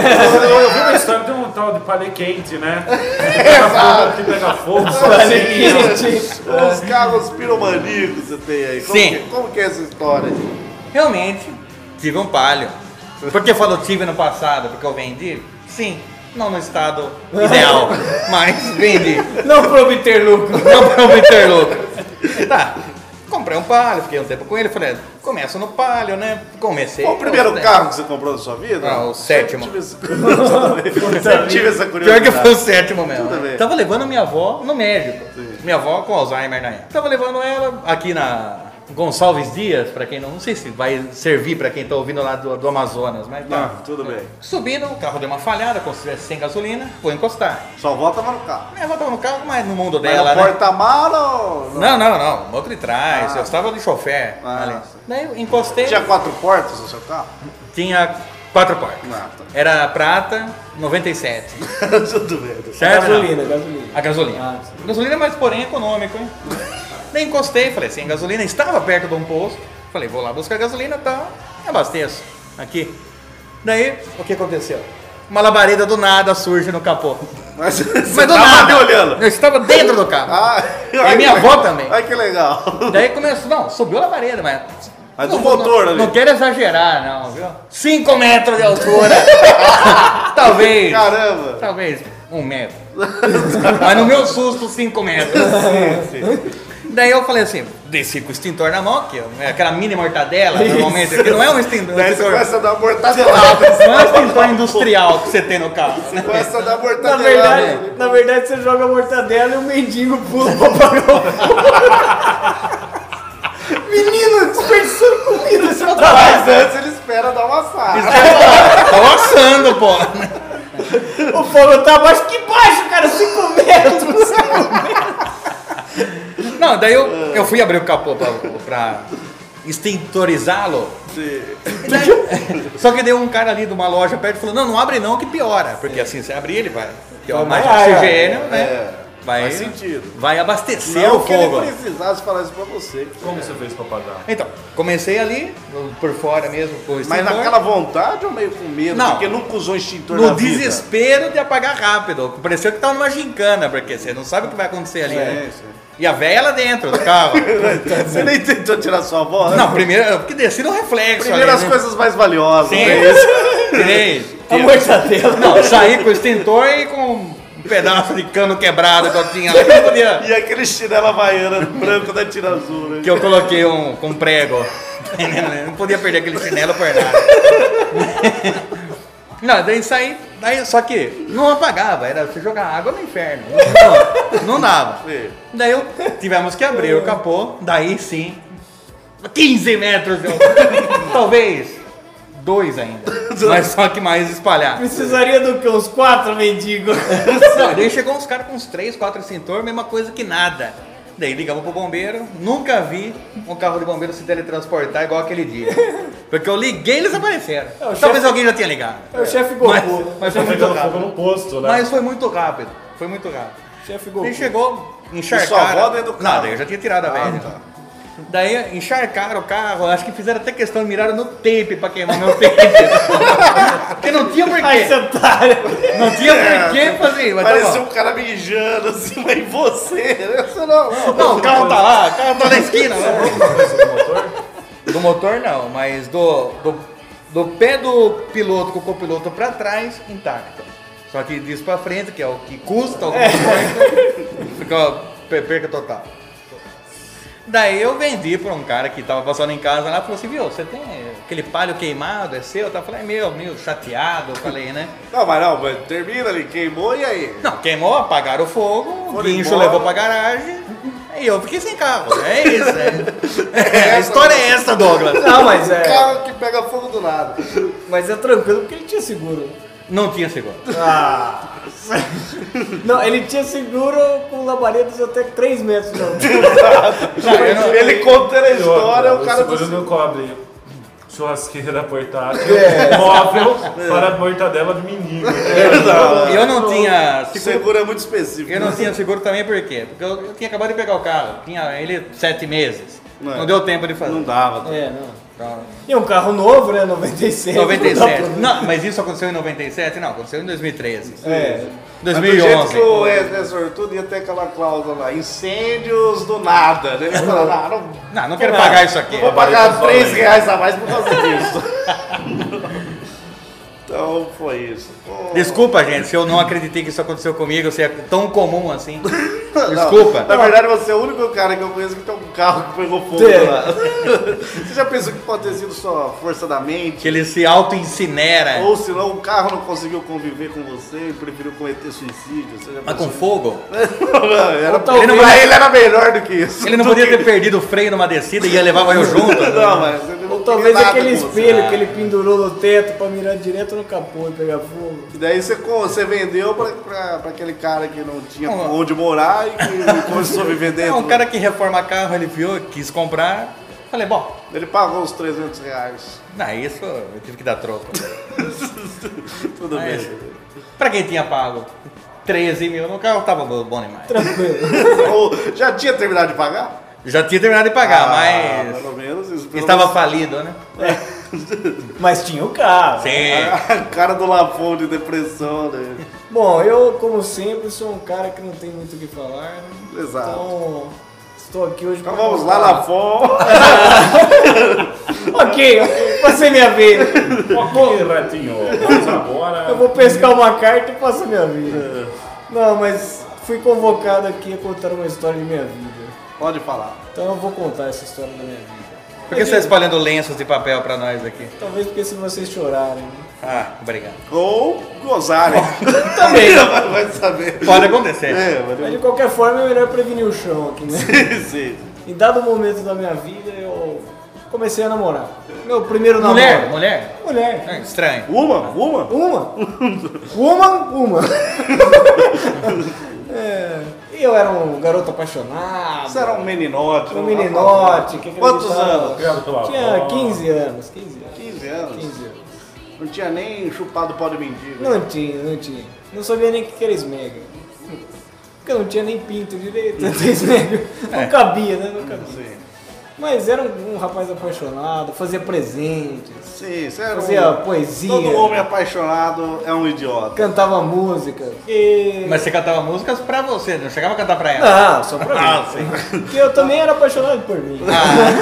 [SPEAKER 6] Eu vi uma história de um tal de palha quente, né? Pega fogo, que pega fogo,
[SPEAKER 5] assim.
[SPEAKER 6] sozinho.
[SPEAKER 3] Os carros piromaníacos você tem aí. Como,
[SPEAKER 4] É. Sim.
[SPEAKER 3] Que, como que é essa história? aí?
[SPEAKER 4] Realmente, tive um palho. Por que eu falo tive no passado? Porque eu vendi? Sim, não no estado ideal, mas vendi.
[SPEAKER 5] Não pra obter lucro.
[SPEAKER 4] Não para o interloco. Tá, comprei um palho, fiquei um tempo com ele, falei, começa no palho, né? Comecei.
[SPEAKER 3] Qual o primeiro
[SPEAKER 4] né?
[SPEAKER 3] carro que você comprou na sua vida?
[SPEAKER 4] Ah, o sétimo.
[SPEAKER 3] Sempre tive essa, Sempre tive essa
[SPEAKER 4] Pior
[SPEAKER 3] curiosidade.
[SPEAKER 4] que foi o sétimo mesmo.
[SPEAKER 3] Tudo bem.
[SPEAKER 4] Tava levando minha avó no médico. Minha avó com Alzheimer na época. Tava levando ela aqui na Gonçalves Dias, pra quem não, não sei se vai servir pra quem tá ouvindo lá do, do Amazonas, mas tá.
[SPEAKER 3] Ah, tudo bem.
[SPEAKER 4] Subindo, o carro deu uma falhada, como se estivesse sem gasolina, vou encostar.
[SPEAKER 3] Sua avó tava no carro.
[SPEAKER 4] Minha avó tava no carro, mas no mundo
[SPEAKER 3] Mas
[SPEAKER 4] dela,
[SPEAKER 3] no
[SPEAKER 4] né?
[SPEAKER 3] porta-mala ou-
[SPEAKER 4] Não, não, não, no banco de trás,
[SPEAKER 3] Ah.
[SPEAKER 4] eu estava de chofer.
[SPEAKER 3] Ah,
[SPEAKER 4] ali.
[SPEAKER 3] sim.
[SPEAKER 4] Daí eu encostei,
[SPEAKER 3] Tinha quatro portas no seu carro?
[SPEAKER 4] tinha quatro portas.
[SPEAKER 3] Ah, tá.
[SPEAKER 4] Era prata, 97,
[SPEAKER 3] tudo bem.
[SPEAKER 4] certo?
[SPEAKER 5] Gasolina, gasolina.
[SPEAKER 4] A gasolina.
[SPEAKER 5] Ah, sim.
[SPEAKER 4] gasolina, mas porém econômico, hein? Daí encostei, falei, sem gasolina, estava perto de um posto. Falei, vou lá buscar gasolina, tá? E abasteço. Aqui. Daí, o que aconteceu? Uma labareda do nada surge no capô.
[SPEAKER 3] Mas,
[SPEAKER 4] Mas
[SPEAKER 3] você
[SPEAKER 4] do
[SPEAKER 3] tava
[SPEAKER 4] nada.
[SPEAKER 3] me olhando.
[SPEAKER 4] Eu estava dentro do carro.
[SPEAKER 3] Ah,
[SPEAKER 4] E
[SPEAKER 3] ai,
[SPEAKER 4] minha
[SPEAKER 3] que
[SPEAKER 4] avó
[SPEAKER 3] legal.
[SPEAKER 4] também.
[SPEAKER 3] Ai, que legal.
[SPEAKER 4] Daí começou, não, subiu a labareda, mas.
[SPEAKER 3] Mas
[SPEAKER 4] não,
[SPEAKER 3] o motor
[SPEAKER 4] não,
[SPEAKER 3] ali.
[SPEAKER 4] Não quero exagerar, não, viu? 5 metros de altura. talvez.
[SPEAKER 3] Caramba.
[SPEAKER 4] Talvez um metro. mas no meu susto, 5 metros. Daí eu falei assim, desci com o extintor na mão, que é aquela mini mortadela, normalmente, que não é um extintor. um
[SPEAKER 3] Daí você
[SPEAKER 4] extintor-
[SPEAKER 3] começa a dar mortadelada.
[SPEAKER 4] não é um extintor industrial que você tem no carro. né?
[SPEAKER 3] Começa a dar né?
[SPEAKER 5] Na
[SPEAKER 3] mortadelada.
[SPEAKER 5] verdade, na verdade, você joga a mortadela e o mendigo pula pra pagar o fogo. Menino, desperdiçando comida, tá- seu otário.
[SPEAKER 3] Mas antes ele espera dar uma farra.
[SPEAKER 4] Tá assando, pô.
[SPEAKER 5] O fogo tá abaixo que baixo, cara, 5 metros.
[SPEAKER 4] Não, daí eu, eu fui abrir o capô pra, pra extintorizá-lo. E daí- Só que deu um cara ali de uma loja perto e falou, não, não abre não que piora. Porque assim, você abrir ele vai piorar mais
[SPEAKER 5] mais água.
[SPEAKER 4] oxigênio, né?
[SPEAKER 5] é,
[SPEAKER 4] vai,
[SPEAKER 3] faz sentido.
[SPEAKER 4] Vai abastecer
[SPEAKER 3] Não
[SPEAKER 4] é o
[SPEAKER 3] que ele
[SPEAKER 4] fogo.
[SPEAKER 3] precisasse falar isso pra você.
[SPEAKER 6] Como você fez pra pagar?
[SPEAKER 4] Então, comecei ali, no- por fora mesmo, com o
[SPEAKER 3] Mas
[SPEAKER 4] extintor.
[SPEAKER 3] naquela vontade ou meio com medo?
[SPEAKER 4] Não.
[SPEAKER 3] Porque nunca usou extintor na
[SPEAKER 4] No
[SPEAKER 3] vida.
[SPEAKER 4] desespero de apagar rápido. Pareceu que tava numa gincana, porque você não sabe o que vai acontecer ali. né? E a véia lá dentro do carro.
[SPEAKER 3] Você nem tentou tirar sua avó?
[SPEAKER 4] não, primeiro, eu- porque desci no reflexo. ali,
[SPEAKER 3] Primeiras
[SPEAKER 4] né?
[SPEAKER 3] coisas mais valiosas.
[SPEAKER 4] Sim.
[SPEAKER 3] né?
[SPEAKER 4] Tirei.
[SPEAKER 5] A mortadela.
[SPEAKER 4] Não, saí com o extintor e com um pedaço de cano quebrado que eu tinha lá. Que eu, podia-
[SPEAKER 3] E aquele chinelo havaiana branco da tira azul, né?
[SPEAKER 4] que eu coloquei um, com prego. Não podia perder aquele chinelo por nada. Não, daí saí, daí, só que não apagava, era você jogar água no inferno. Não, não dava.
[SPEAKER 3] Sim.
[SPEAKER 4] Daí eu, tivemos que abrir o capô, daí sim, 15 metros, de- talvez dois ainda, mas só que mais espalhado.
[SPEAKER 5] Precisaria do que? Uns 4 mendigos.
[SPEAKER 4] Não, daí chegou uns caras com uns 3, 4 extintor, mesma coisa que nada. Daí ligava pro bombeiro, nunca vi um carro de bombeiro se teletransportar igual aquele dia. Porque eu liguei e eles apareceram.
[SPEAKER 5] É, o
[SPEAKER 4] Talvez
[SPEAKER 5] chefe-
[SPEAKER 4] alguém já tenha ligado.
[SPEAKER 5] É o chefe Goku.
[SPEAKER 4] Mas, mas
[SPEAKER 6] Você
[SPEAKER 4] foi
[SPEAKER 6] tá
[SPEAKER 4] muito
[SPEAKER 6] pegando fogo
[SPEAKER 4] rápido.
[SPEAKER 6] no posto, né?
[SPEAKER 4] Mas foi muito rápido. Foi muito rápido.
[SPEAKER 5] Chefe
[SPEAKER 4] Daí
[SPEAKER 5] Goku.
[SPEAKER 4] chegou, encharcaram.
[SPEAKER 3] E sua avó dentro do carro? Ah, tá.
[SPEAKER 4] Não, daí eu já tinha tirado a velha. Daí encharcaram o carro, acho que fizeram até questão, miraram no tape pra queimar meu tape. Porque não tinha porquê.
[SPEAKER 5] Ai, seu otário.
[SPEAKER 4] Não tinha
[SPEAKER 3] É,
[SPEAKER 4] porquê fazer. Mas tá bom.
[SPEAKER 3] Parecia um cara mijando assim, mas em você? né? Você não.
[SPEAKER 4] Não, o carro tá lá, o carro tá na esquina. né?
[SPEAKER 6] Coisa do motor?
[SPEAKER 4] Do motor não, mas do, do, do pé do piloto com o copiloto pra trás, intacto. Só que disso pra frente, que é o que custa alguma coisa, fica uma pe- perca total. Daí eu vendi pra um cara que tava passando em casa lá, falou assim, viu, você tem aquele palho queimado, é seu? Eu falei, é meu, meu, chateado, eu falei, né?
[SPEAKER 3] Não, mas não, mas termina ali, queimou e aí?
[SPEAKER 4] Não, queimou, apagaram o fogo, o
[SPEAKER 3] Foram
[SPEAKER 4] guincho
[SPEAKER 3] embora.
[SPEAKER 4] levou pra garagem e eu fiquei sem carro. É isso, é.
[SPEAKER 3] É,
[SPEAKER 4] a história é essa, Douglas.
[SPEAKER 5] Não, mas
[SPEAKER 3] Um
[SPEAKER 5] é.
[SPEAKER 3] carro que pega fogo do nada.
[SPEAKER 5] Mas é tranquilo porque ele tinha seguro.
[SPEAKER 4] Não tinha seguro.
[SPEAKER 5] Ah. Não, ele tinha seguro com labaredas de até 3 metros de altura.
[SPEAKER 4] eu não-
[SPEAKER 3] Ele contando a história, é o cara
[SPEAKER 6] seguro
[SPEAKER 3] do.
[SPEAKER 6] não cobre churrasqueira portátil, móvel para a mortadela do menino. né?
[SPEAKER 4] E eu não tinha seguro.
[SPEAKER 3] Ah. Seguro é muito específico.
[SPEAKER 4] Eu não tinha seguro também por quê? Porque eu, eu tinha acabado de pegar o carro, tinha ele sete meses.
[SPEAKER 3] Não é.
[SPEAKER 4] Não deu tempo de fazer.
[SPEAKER 3] Não dava.
[SPEAKER 5] É, não.
[SPEAKER 4] Então,
[SPEAKER 5] E um carro novo, né? 97. Não dá
[SPEAKER 4] 97.
[SPEAKER 5] pra-
[SPEAKER 4] Não, mas isso aconteceu em 97? Não, aconteceu em 2013.
[SPEAKER 5] É.
[SPEAKER 3] Mas do jeito
[SPEAKER 4] 2011.
[SPEAKER 3] que o Wesley é sortudo ia ter aquela cláusula lá, incêndios do nada, né? Ele fala, não, não
[SPEAKER 4] Não, não quero
[SPEAKER 5] Não.
[SPEAKER 4] pagar isso aqui.
[SPEAKER 3] vou pagar 3 reais a mais por causa disso. então foi isso. Pô.
[SPEAKER 4] Desculpa, gente, se eu não acreditei que isso aconteceu comigo, se é tão comum assim.
[SPEAKER 3] Não,
[SPEAKER 4] Desculpa.
[SPEAKER 3] Na verdade, você é o único cara que eu conheço que tem um carro que pegou fogo
[SPEAKER 4] É.
[SPEAKER 5] Tem.
[SPEAKER 3] lá. Você já pensou que pode ter sido só força da mente?
[SPEAKER 4] Que é. ele se auto-incinera.
[SPEAKER 3] Ou se não, o carro não conseguiu conviver com você e preferiu cometer suicídio? Você já
[SPEAKER 4] Mas com
[SPEAKER 3] pensou?
[SPEAKER 4] fogo?
[SPEAKER 3] era,
[SPEAKER 4] talvez-
[SPEAKER 3] pra ele era melhor do que isso.
[SPEAKER 4] Ele não
[SPEAKER 3] Do
[SPEAKER 4] podia
[SPEAKER 3] que-
[SPEAKER 4] ter perdido o freio numa descida e ia levar eu junto? né?
[SPEAKER 3] Não, mas ele não
[SPEAKER 5] Ou
[SPEAKER 3] queria
[SPEAKER 5] talvez
[SPEAKER 3] nada
[SPEAKER 5] aquele
[SPEAKER 3] com você. É.
[SPEAKER 5] espelho que ele pendurou no teto pra mirar direto no capô e pegar fogo.
[SPEAKER 3] E daí você, co- você vendeu pra, pra, pra aquele cara que não tinha
[SPEAKER 4] Não,
[SPEAKER 3] onde morar e que começou a viver
[SPEAKER 4] É
[SPEAKER 3] dentro.
[SPEAKER 4] um cara que reforma carro, ele viu, quis comprar. Falei, bom,
[SPEAKER 3] Ele pagou os 300 reais.
[SPEAKER 4] não, isso eu tive que dar troco.
[SPEAKER 3] Tudo
[SPEAKER 4] É.
[SPEAKER 3] bem.
[SPEAKER 4] Pra quem tinha pago 13 mil no carro, tava bom demais.
[SPEAKER 5] Tranquilo.
[SPEAKER 3] Ou, já tinha terminado de pagar?
[SPEAKER 4] Já tinha terminado de pagar, Ah, mas.
[SPEAKER 3] Pelo menos isso.
[SPEAKER 4] Ele
[SPEAKER 3] Pelo
[SPEAKER 4] estava falido, né?
[SPEAKER 5] Mas tinha o carro.
[SPEAKER 4] Sim.
[SPEAKER 3] menos- A cara do Lafon de depressão, né?
[SPEAKER 5] Bom, eu, como sempre, sou um cara que não tem muito o que falar. né?
[SPEAKER 3] Exato.
[SPEAKER 5] Então, estou aqui hoje
[SPEAKER 3] Tá. Então
[SPEAKER 5] pra
[SPEAKER 3] vamos lá,
[SPEAKER 5] contar.
[SPEAKER 3] Lafon.
[SPEAKER 5] Ok, passei minha vida.
[SPEAKER 6] Ok, ratinho. Vamos agora.
[SPEAKER 5] Eu vou pescar uma carta e passo minha vida.
[SPEAKER 3] É.
[SPEAKER 5] Não, mas fui convocado aqui a contar uma história de minha vida.
[SPEAKER 3] Pode falar.
[SPEAKER 5] Então eu vou contar essa história da minha vida.
[SPEAKER 4] Por que você está espalhando lenços de papel para nós aqui?
[SPEAKER 5] Talvez porque se vocês chorarem. né?
[SPEAKER 4] Ah, obrigado.
[SPEAKER 3] Ou gozarem.
[SPEAKER 4] Também.
[SPEAKER 3] Vai vai saber.
[SPEAKER 4] Pode acontecer.
[SPEAKER 3] É, mas...
[SPEAKER 5] Mas de qualquer forma é melhor prevenir o chão aqui, né?
[SPEAKER 3] Sim, sim.
[SPEAKER 5] Em dado momento da minha vida eu comecei a namorar. Meu primeiro namoro.
[SPEAKER 4] Mulher, mulher.
[SPEAKER 5] Mulher.
[SPEAKER 4] É, estranho.
[SPEAKER 3] Uma, uma.
[SPEAKER 5] Uma? Uma, uma. É, e eu era um garoto apaixonado.
[SPEAKER 3] Isso era um meninote.
[SPEAKER 5] Um meninote. que
[SPEAKER 3] Quantos
[SPEAKER 5] acreditava.
[SPEAKER 3] anos?
[SPEAKER 6] Obrigado pela
[SPEAKER 5] Tinha
[SPEAKER 6] voz.
[SPEAKER 5] 15 anos, 15 anos.
[SPEAKER 3] 15 anos.
[SPEAKER 5] 15 anos.
[SPEAKER 3] Não tinha nem chupado pó de mendigo.
[SPEAKER 5] Não tinha, não tinha. Não sabia nem o que era esmega. Porque eu não tinha nem pinto direito, tanto esmega.
[SPEAKER 4] É.
[SPEAKER 5] Não cabia, né? Não cabia.
[SPEAKER 3] Sim.
[SPEAKER 5] Mas era um, um rapaz apaixonado, fazia presentes,
[SPEAKER 3] Sim, você era
[SPEAKER 5] fazia
[SPEAKER 3] um...
[SPEAKER 5] poesia,
[SPEAKER 3] Todo homem apaixonado é um idiota.
[SPEAKER 5] cantava música. E...
[SPEAKER 4] Mas você cantava músicas pra você, não chegava a cantar pra ela.
[SPEAKER 5] Não, só pra mim.
[SPEAKER 4] Ah, sim.
[SPEAKER 5] Porque eu também era apaixonado por mim.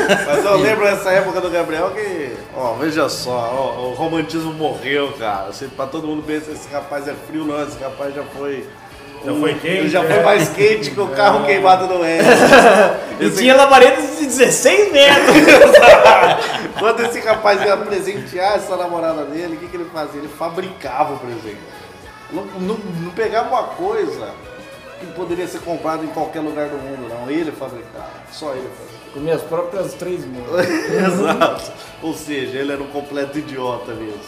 [SPEAKER 3] Mas eu lembro dessa época do Gabriel que, ó, veja só, ó, o romantismo morreu, cara. Se pra todo mundo pensa, esse rapaz é frio, não, esse rapaz já foi.
[SPEAKER 6] Já foi quente,
[SPEAKER 3] ele Já
[SPEAKER 6] né?
[SPEAKER 3] foi mais quente que o
[SPEAKER 5] É.
[SPEAKER 3] carro queimado no Oeste.
[SPEAKER 5] e tinha labaredas de 16 metros.
[SPEAKER 3] Quando esse rapaz ia presentear essa namorada dele, o que, que ele fazia? Ele fabricava o presente. Não, não- não pegava uma coisa que poderia ser comprada em qualquer lugar do mundo, não. Ele fabricava. Só ele fazia.
[SPEAKER 5] Com minhas próprias três mãos.
[SPEAKER 3] Exato. Ou seja, ele era um completo idiota mesmo.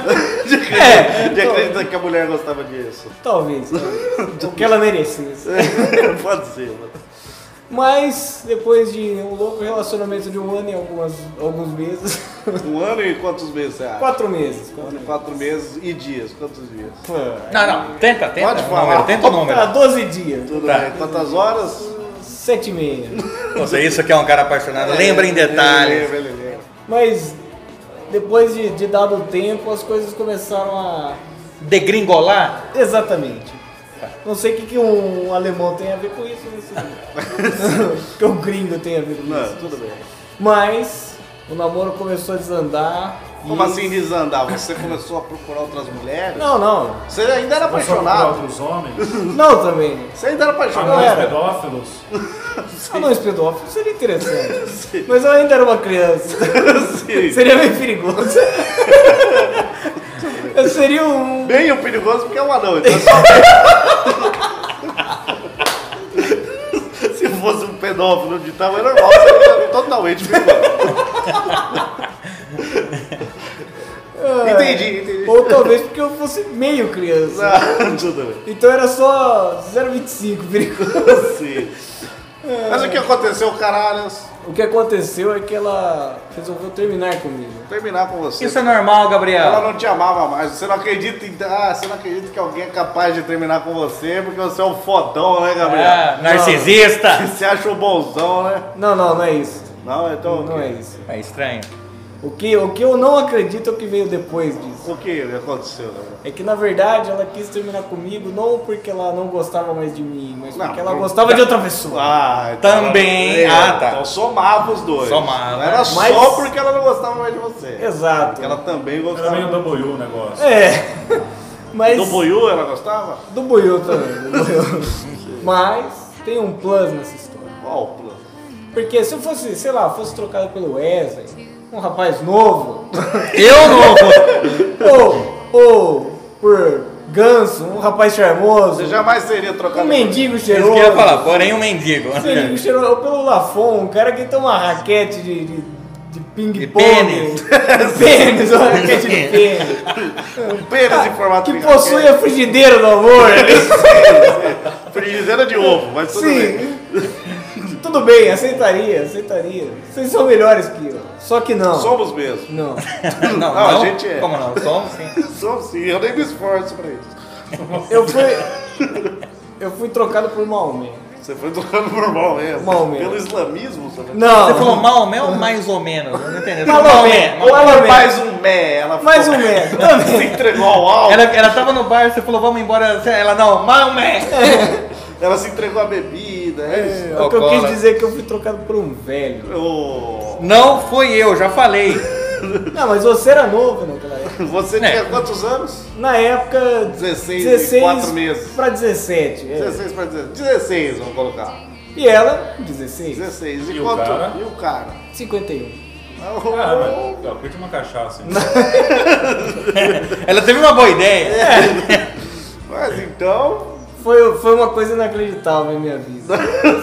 [SPEAKER 5] É,
[SPEAKER 4] então.
[SPEAKER 3] Ele acredita que a mulher gostava disso.
[SPEAKER 5] talvez. talvez. o que ela merecesse.
[SPEAKER 3] Pode ser, mano.
[SPEAKER 5] Mas depois de um louco relacionamento de um ano e algumas, alguns meses.
[SPEAKER 3] Um ano e quantos meses você acha?
[SPEAKER 5] quatro meses. É. Quatro
[SPEAKER 3] Quatro,
[SPEAKER 5] meses.
[SPEAKER 3] meses e dias. Quantos dias?
[SPEAKER 4] Tá.
[SPEAKER 5] Pô,
[SPEAKER 4] Não, não. Tenta, tenta.
[SPEAKER 3] Pode
[SPEAKER 4] o
[SPEAKER 3] falar.
[SPEAKER 4] número, Tenta o
[SPEAKER 5] Tá,
[SPEAKER 4] número.
[SPEAKER 5] 12 dias.
[SPEAKER 3] Tudo
[SPEAKER 4] Tá.
[SPEAKER 3] bem. Quantas horas?
[SPEAKER 5] Sete e meia.
[SPEAKER 4] Nossa, isso que é um cara apaixonado. Lembra em detalhes.
[SPEAKER 3] Ele É, lembra, ele lembra.
[SPEAKER 5] Mas depois de, de dado tempo, as coisas começaram a.
[SPEAKER 4] Degringolar?
[SPEAKER 5] Exatamente. Não sei o que, que um alemão tem a ver com isso, mas tudo bem. O que um gringo tem a ver com
[SPEAKER 3] Não,
[SPEAKER 5] isso.
[SPEAKER 3] tudo bem.
[SPEAKER 5] Mas o namoro começou a desandar. e-
[SPEAKER 3] Como assim desandar? Você começou a procurar outras mulheres?
[SPEAKER 5] Não, não.
[SPEAKER 3] Você ainda era
[SPEAKER 6] Vou só procurar
[SPEAKER 3] apaixonado.
[SPEAKER 6] outros homens.
[SPEAKER 5] Não também.
[SPEAKER 3] Você ainda era apaixonado. É,
[SPEAKER 6] Anões
[SPEAKER 5] era.
[SPEAKER 6] pedófilos.
[SPEAKER 5] Anões pedófilos é seria interessante. Mas eu ainda era uma criança. Seria bem perigoso. eu seria um.
[SPEAKER 3] Bem o perigoso porque é um anão. Então é só- Se fosse um pedófilo de tamanho normal, seria totalmente perigoso.
[SPEAKER 5] É.
[SPEAKER 3] entendi, entendi.
[SPEAKER 5] Ou talvez porque eu fosse meio criança.
[SPEAKER 3] Ah, tudo bem.
[SPEAKER 5] Então era só 0,25 perigoso.
[SPEAKER 3] Sim. Mas o que aconteceu, caralhos?
[SPEAKER 5] O que aconteceu é que ela resolveu terminar comigo.
[SPEAKER 3] Terminar com você.
[SPEAKER 4] Isso é normal,
[SPEAKER 3] Ela
[SPEAKER 4] Gabriel.
[SPEAKER 3] não te amava mais. Você não acredita em. Ah, você não acredita que alguém é capaz de terminar com você porque você é um fodão, né, Gabriel?
[SPEAKER 5] É.
[SPEAKER 4] Ah, narcisista.
[SPEAKER 3] Você acha o bonzão, né?
[SPEAKER 5] Não, não, não é isso.
[SPEAKER 3] Não, então.
[SPEAKER 5] Não
[SPEAKER 3] o
[SPEAKER 5] é
[SPEAKER 3] que,
[SPEAKER 5] isso.
[SPEAKER 4] É estranho.
[SPEAKER 5] O que, o que eu não acredito é o que veio depois disso.
[SPEAKER 3] O que aconteceu, né? Gabriel?
[SPEAKER 5] É que na verdade ela quis terminar comigo não porque ela não gostava mais de mim, mas
[SPEAKER 3] Não,
[SPEAKER 5] porque ela
[SPEAKER 3] não-
[SPEAKER 5] gostava de outra pessoa.
[SPEAKER 3] Ah,
[SPEAKER 4] Também. Ah, tá.
[SPEAKER 3] Então somava os dois.
[SPEAKER 4] Somava.
[SPEAKER 3] Não era
[SPEAKER 5] Mas-
[SPEAKER 3] só porque ela não gostava mais de você.
[SPEAKER 5] Exato.
[SPEAKER 3] Porque ela também
[SPEAKER 6] Era meio
[SPEAKER 3] gostava.
[SPEAKER 6] W o negócio.
[SPEAKER 5] É. Mas.
[SPEAKER 3] Do boiú ela gostava?
[SPEAKER 5] Do boiô também. Do boiô. mas tem um plus nessa história.
[SPEAKER 3] Qual o plano?
[SPEAKER 5] Porque se eu fosse, sei lá, fosse trocado pelo Wesley, um rapaz novo,
[SPEAKER 4] Eu não.
[SPEAKER 5] ou, ou por ganso, um rapaz charmoso,
[SPEAKER 3] Você jamais seria trocado.
[SPEAKER 5] um mendigo
[SPEAKER 4] Isso que eu ia
[SPEAKER 5] cheiroso.
[SPEAKER 4] falar. Porém, um mendigo.
[SPEAKER 5] Esse mendigo cheiroso, ou pelo Lafon, um cara que tem uma raquete de, de, de
[SPEAKER 4] De
[SPEAKER 5] ping-pong.
[SPEAKER 4] pênis.
[SPEAKER 5] De pênis, uma raquete de pênis.
[SPEAKER 3] com pênis em formato
[SPEAKER 5] Ah, Que
[SPEAKER 3] Um de
[SPEAKER 5] possui a frigideira do amor.
[SPEAKER 3] raquete. frigideira de ovo, mas tudo bem.
[SPEAKER 5] Sim. Tudo bem, aceitaria, aceitaria. Vocês são melhores que eu. Só que não.
[SPEAKER 3] Somos mesmo.
[SPEAKER 5] Não.
[SPEAKER 4] Não, não.
[SPEAKER 3] a gente é.
[SPEAKER 4] Como não? Somos sim.
[SPEAKER 3] Somos sim, assim, eu nem me esforço pra isso.
[SPEAKER 5] Eu fui. Eu fui trocado por Maomé.
[SPEAKER 3] Você foi tocando por mal mesmo.
[SPEAKER 5] Mal mesmo.
[SPEAKER 3] Pelo islamismo, você foi-
[SPEAKER 5] Não.
[SPEAKER 4] Você falou mal mesmo ou mais ou menos? Eu Não entendi. Você
[SPEAKER 5] Mal
[SPEAKER 4] falou
[SPEAKER 5] ou
[SPEAKER 4] mé,
[SPEAKER 5] menos.
[SPEAKER 4] mal ou menos.
[SPEAKER 5] Mal ou menos.
[SPEAKER 3] Mais um mé, ela
[SPEAKER 5] Mais
[SPEAKER 3] ficou-
[SPEAKER 5] um mesmo.
[SPEAKER 3] se entregou ao álcool.
[SPEAKER 4] Ela, ela tava no bar, você falou, vamos embora. Ela, não, mal ou menos.
[SPEAKER 3] Ela se entregou à bebida, é isso.
[SPEAKER 5] O que eu quis
[SPEAKER 4] Alcoólatra.
[SPEAKER 5] dizer é que eu fui trocado por um velho.
[SPEAKER 3] Ô,
[SPEAKER 4] Não fui eu, já falei.
[SPEAKER 5] Não, mas você era novo naquela época.
[SPEAKER 3] Você
[SPEAKER 4] É.
[SPEAKER 3] tinha quantos anos?
[SPEAKER 5] Na época,
[SPEAKER 3] 16 e
[SPEAKER 5] 16
[SPEAKER 3] quatro meses.
[SPEAKER 5] pra 17. é.
[SPEAKER 3] 16 para 16. 16, vamos colocar.
[SPEAKER 5] E ela, 16,
[SPEAKER 3] 16. E,
[SPEAKER 6] E o
[SPEAKER 3] quanto?
[SPEAKER 6] cara?
[SPEAKER 3] E o cara?
[SPEAKER 5] 51.
[SPEAKER 6] Ah, mas ó, curte uma cachaça. hein?
[SPEAKER 4] Ela teve uma boa ideia.
[SPEAKER 3] Mas então.
[SPEAKER 5] Foi, foi uma coisa inacreditável na minha vida.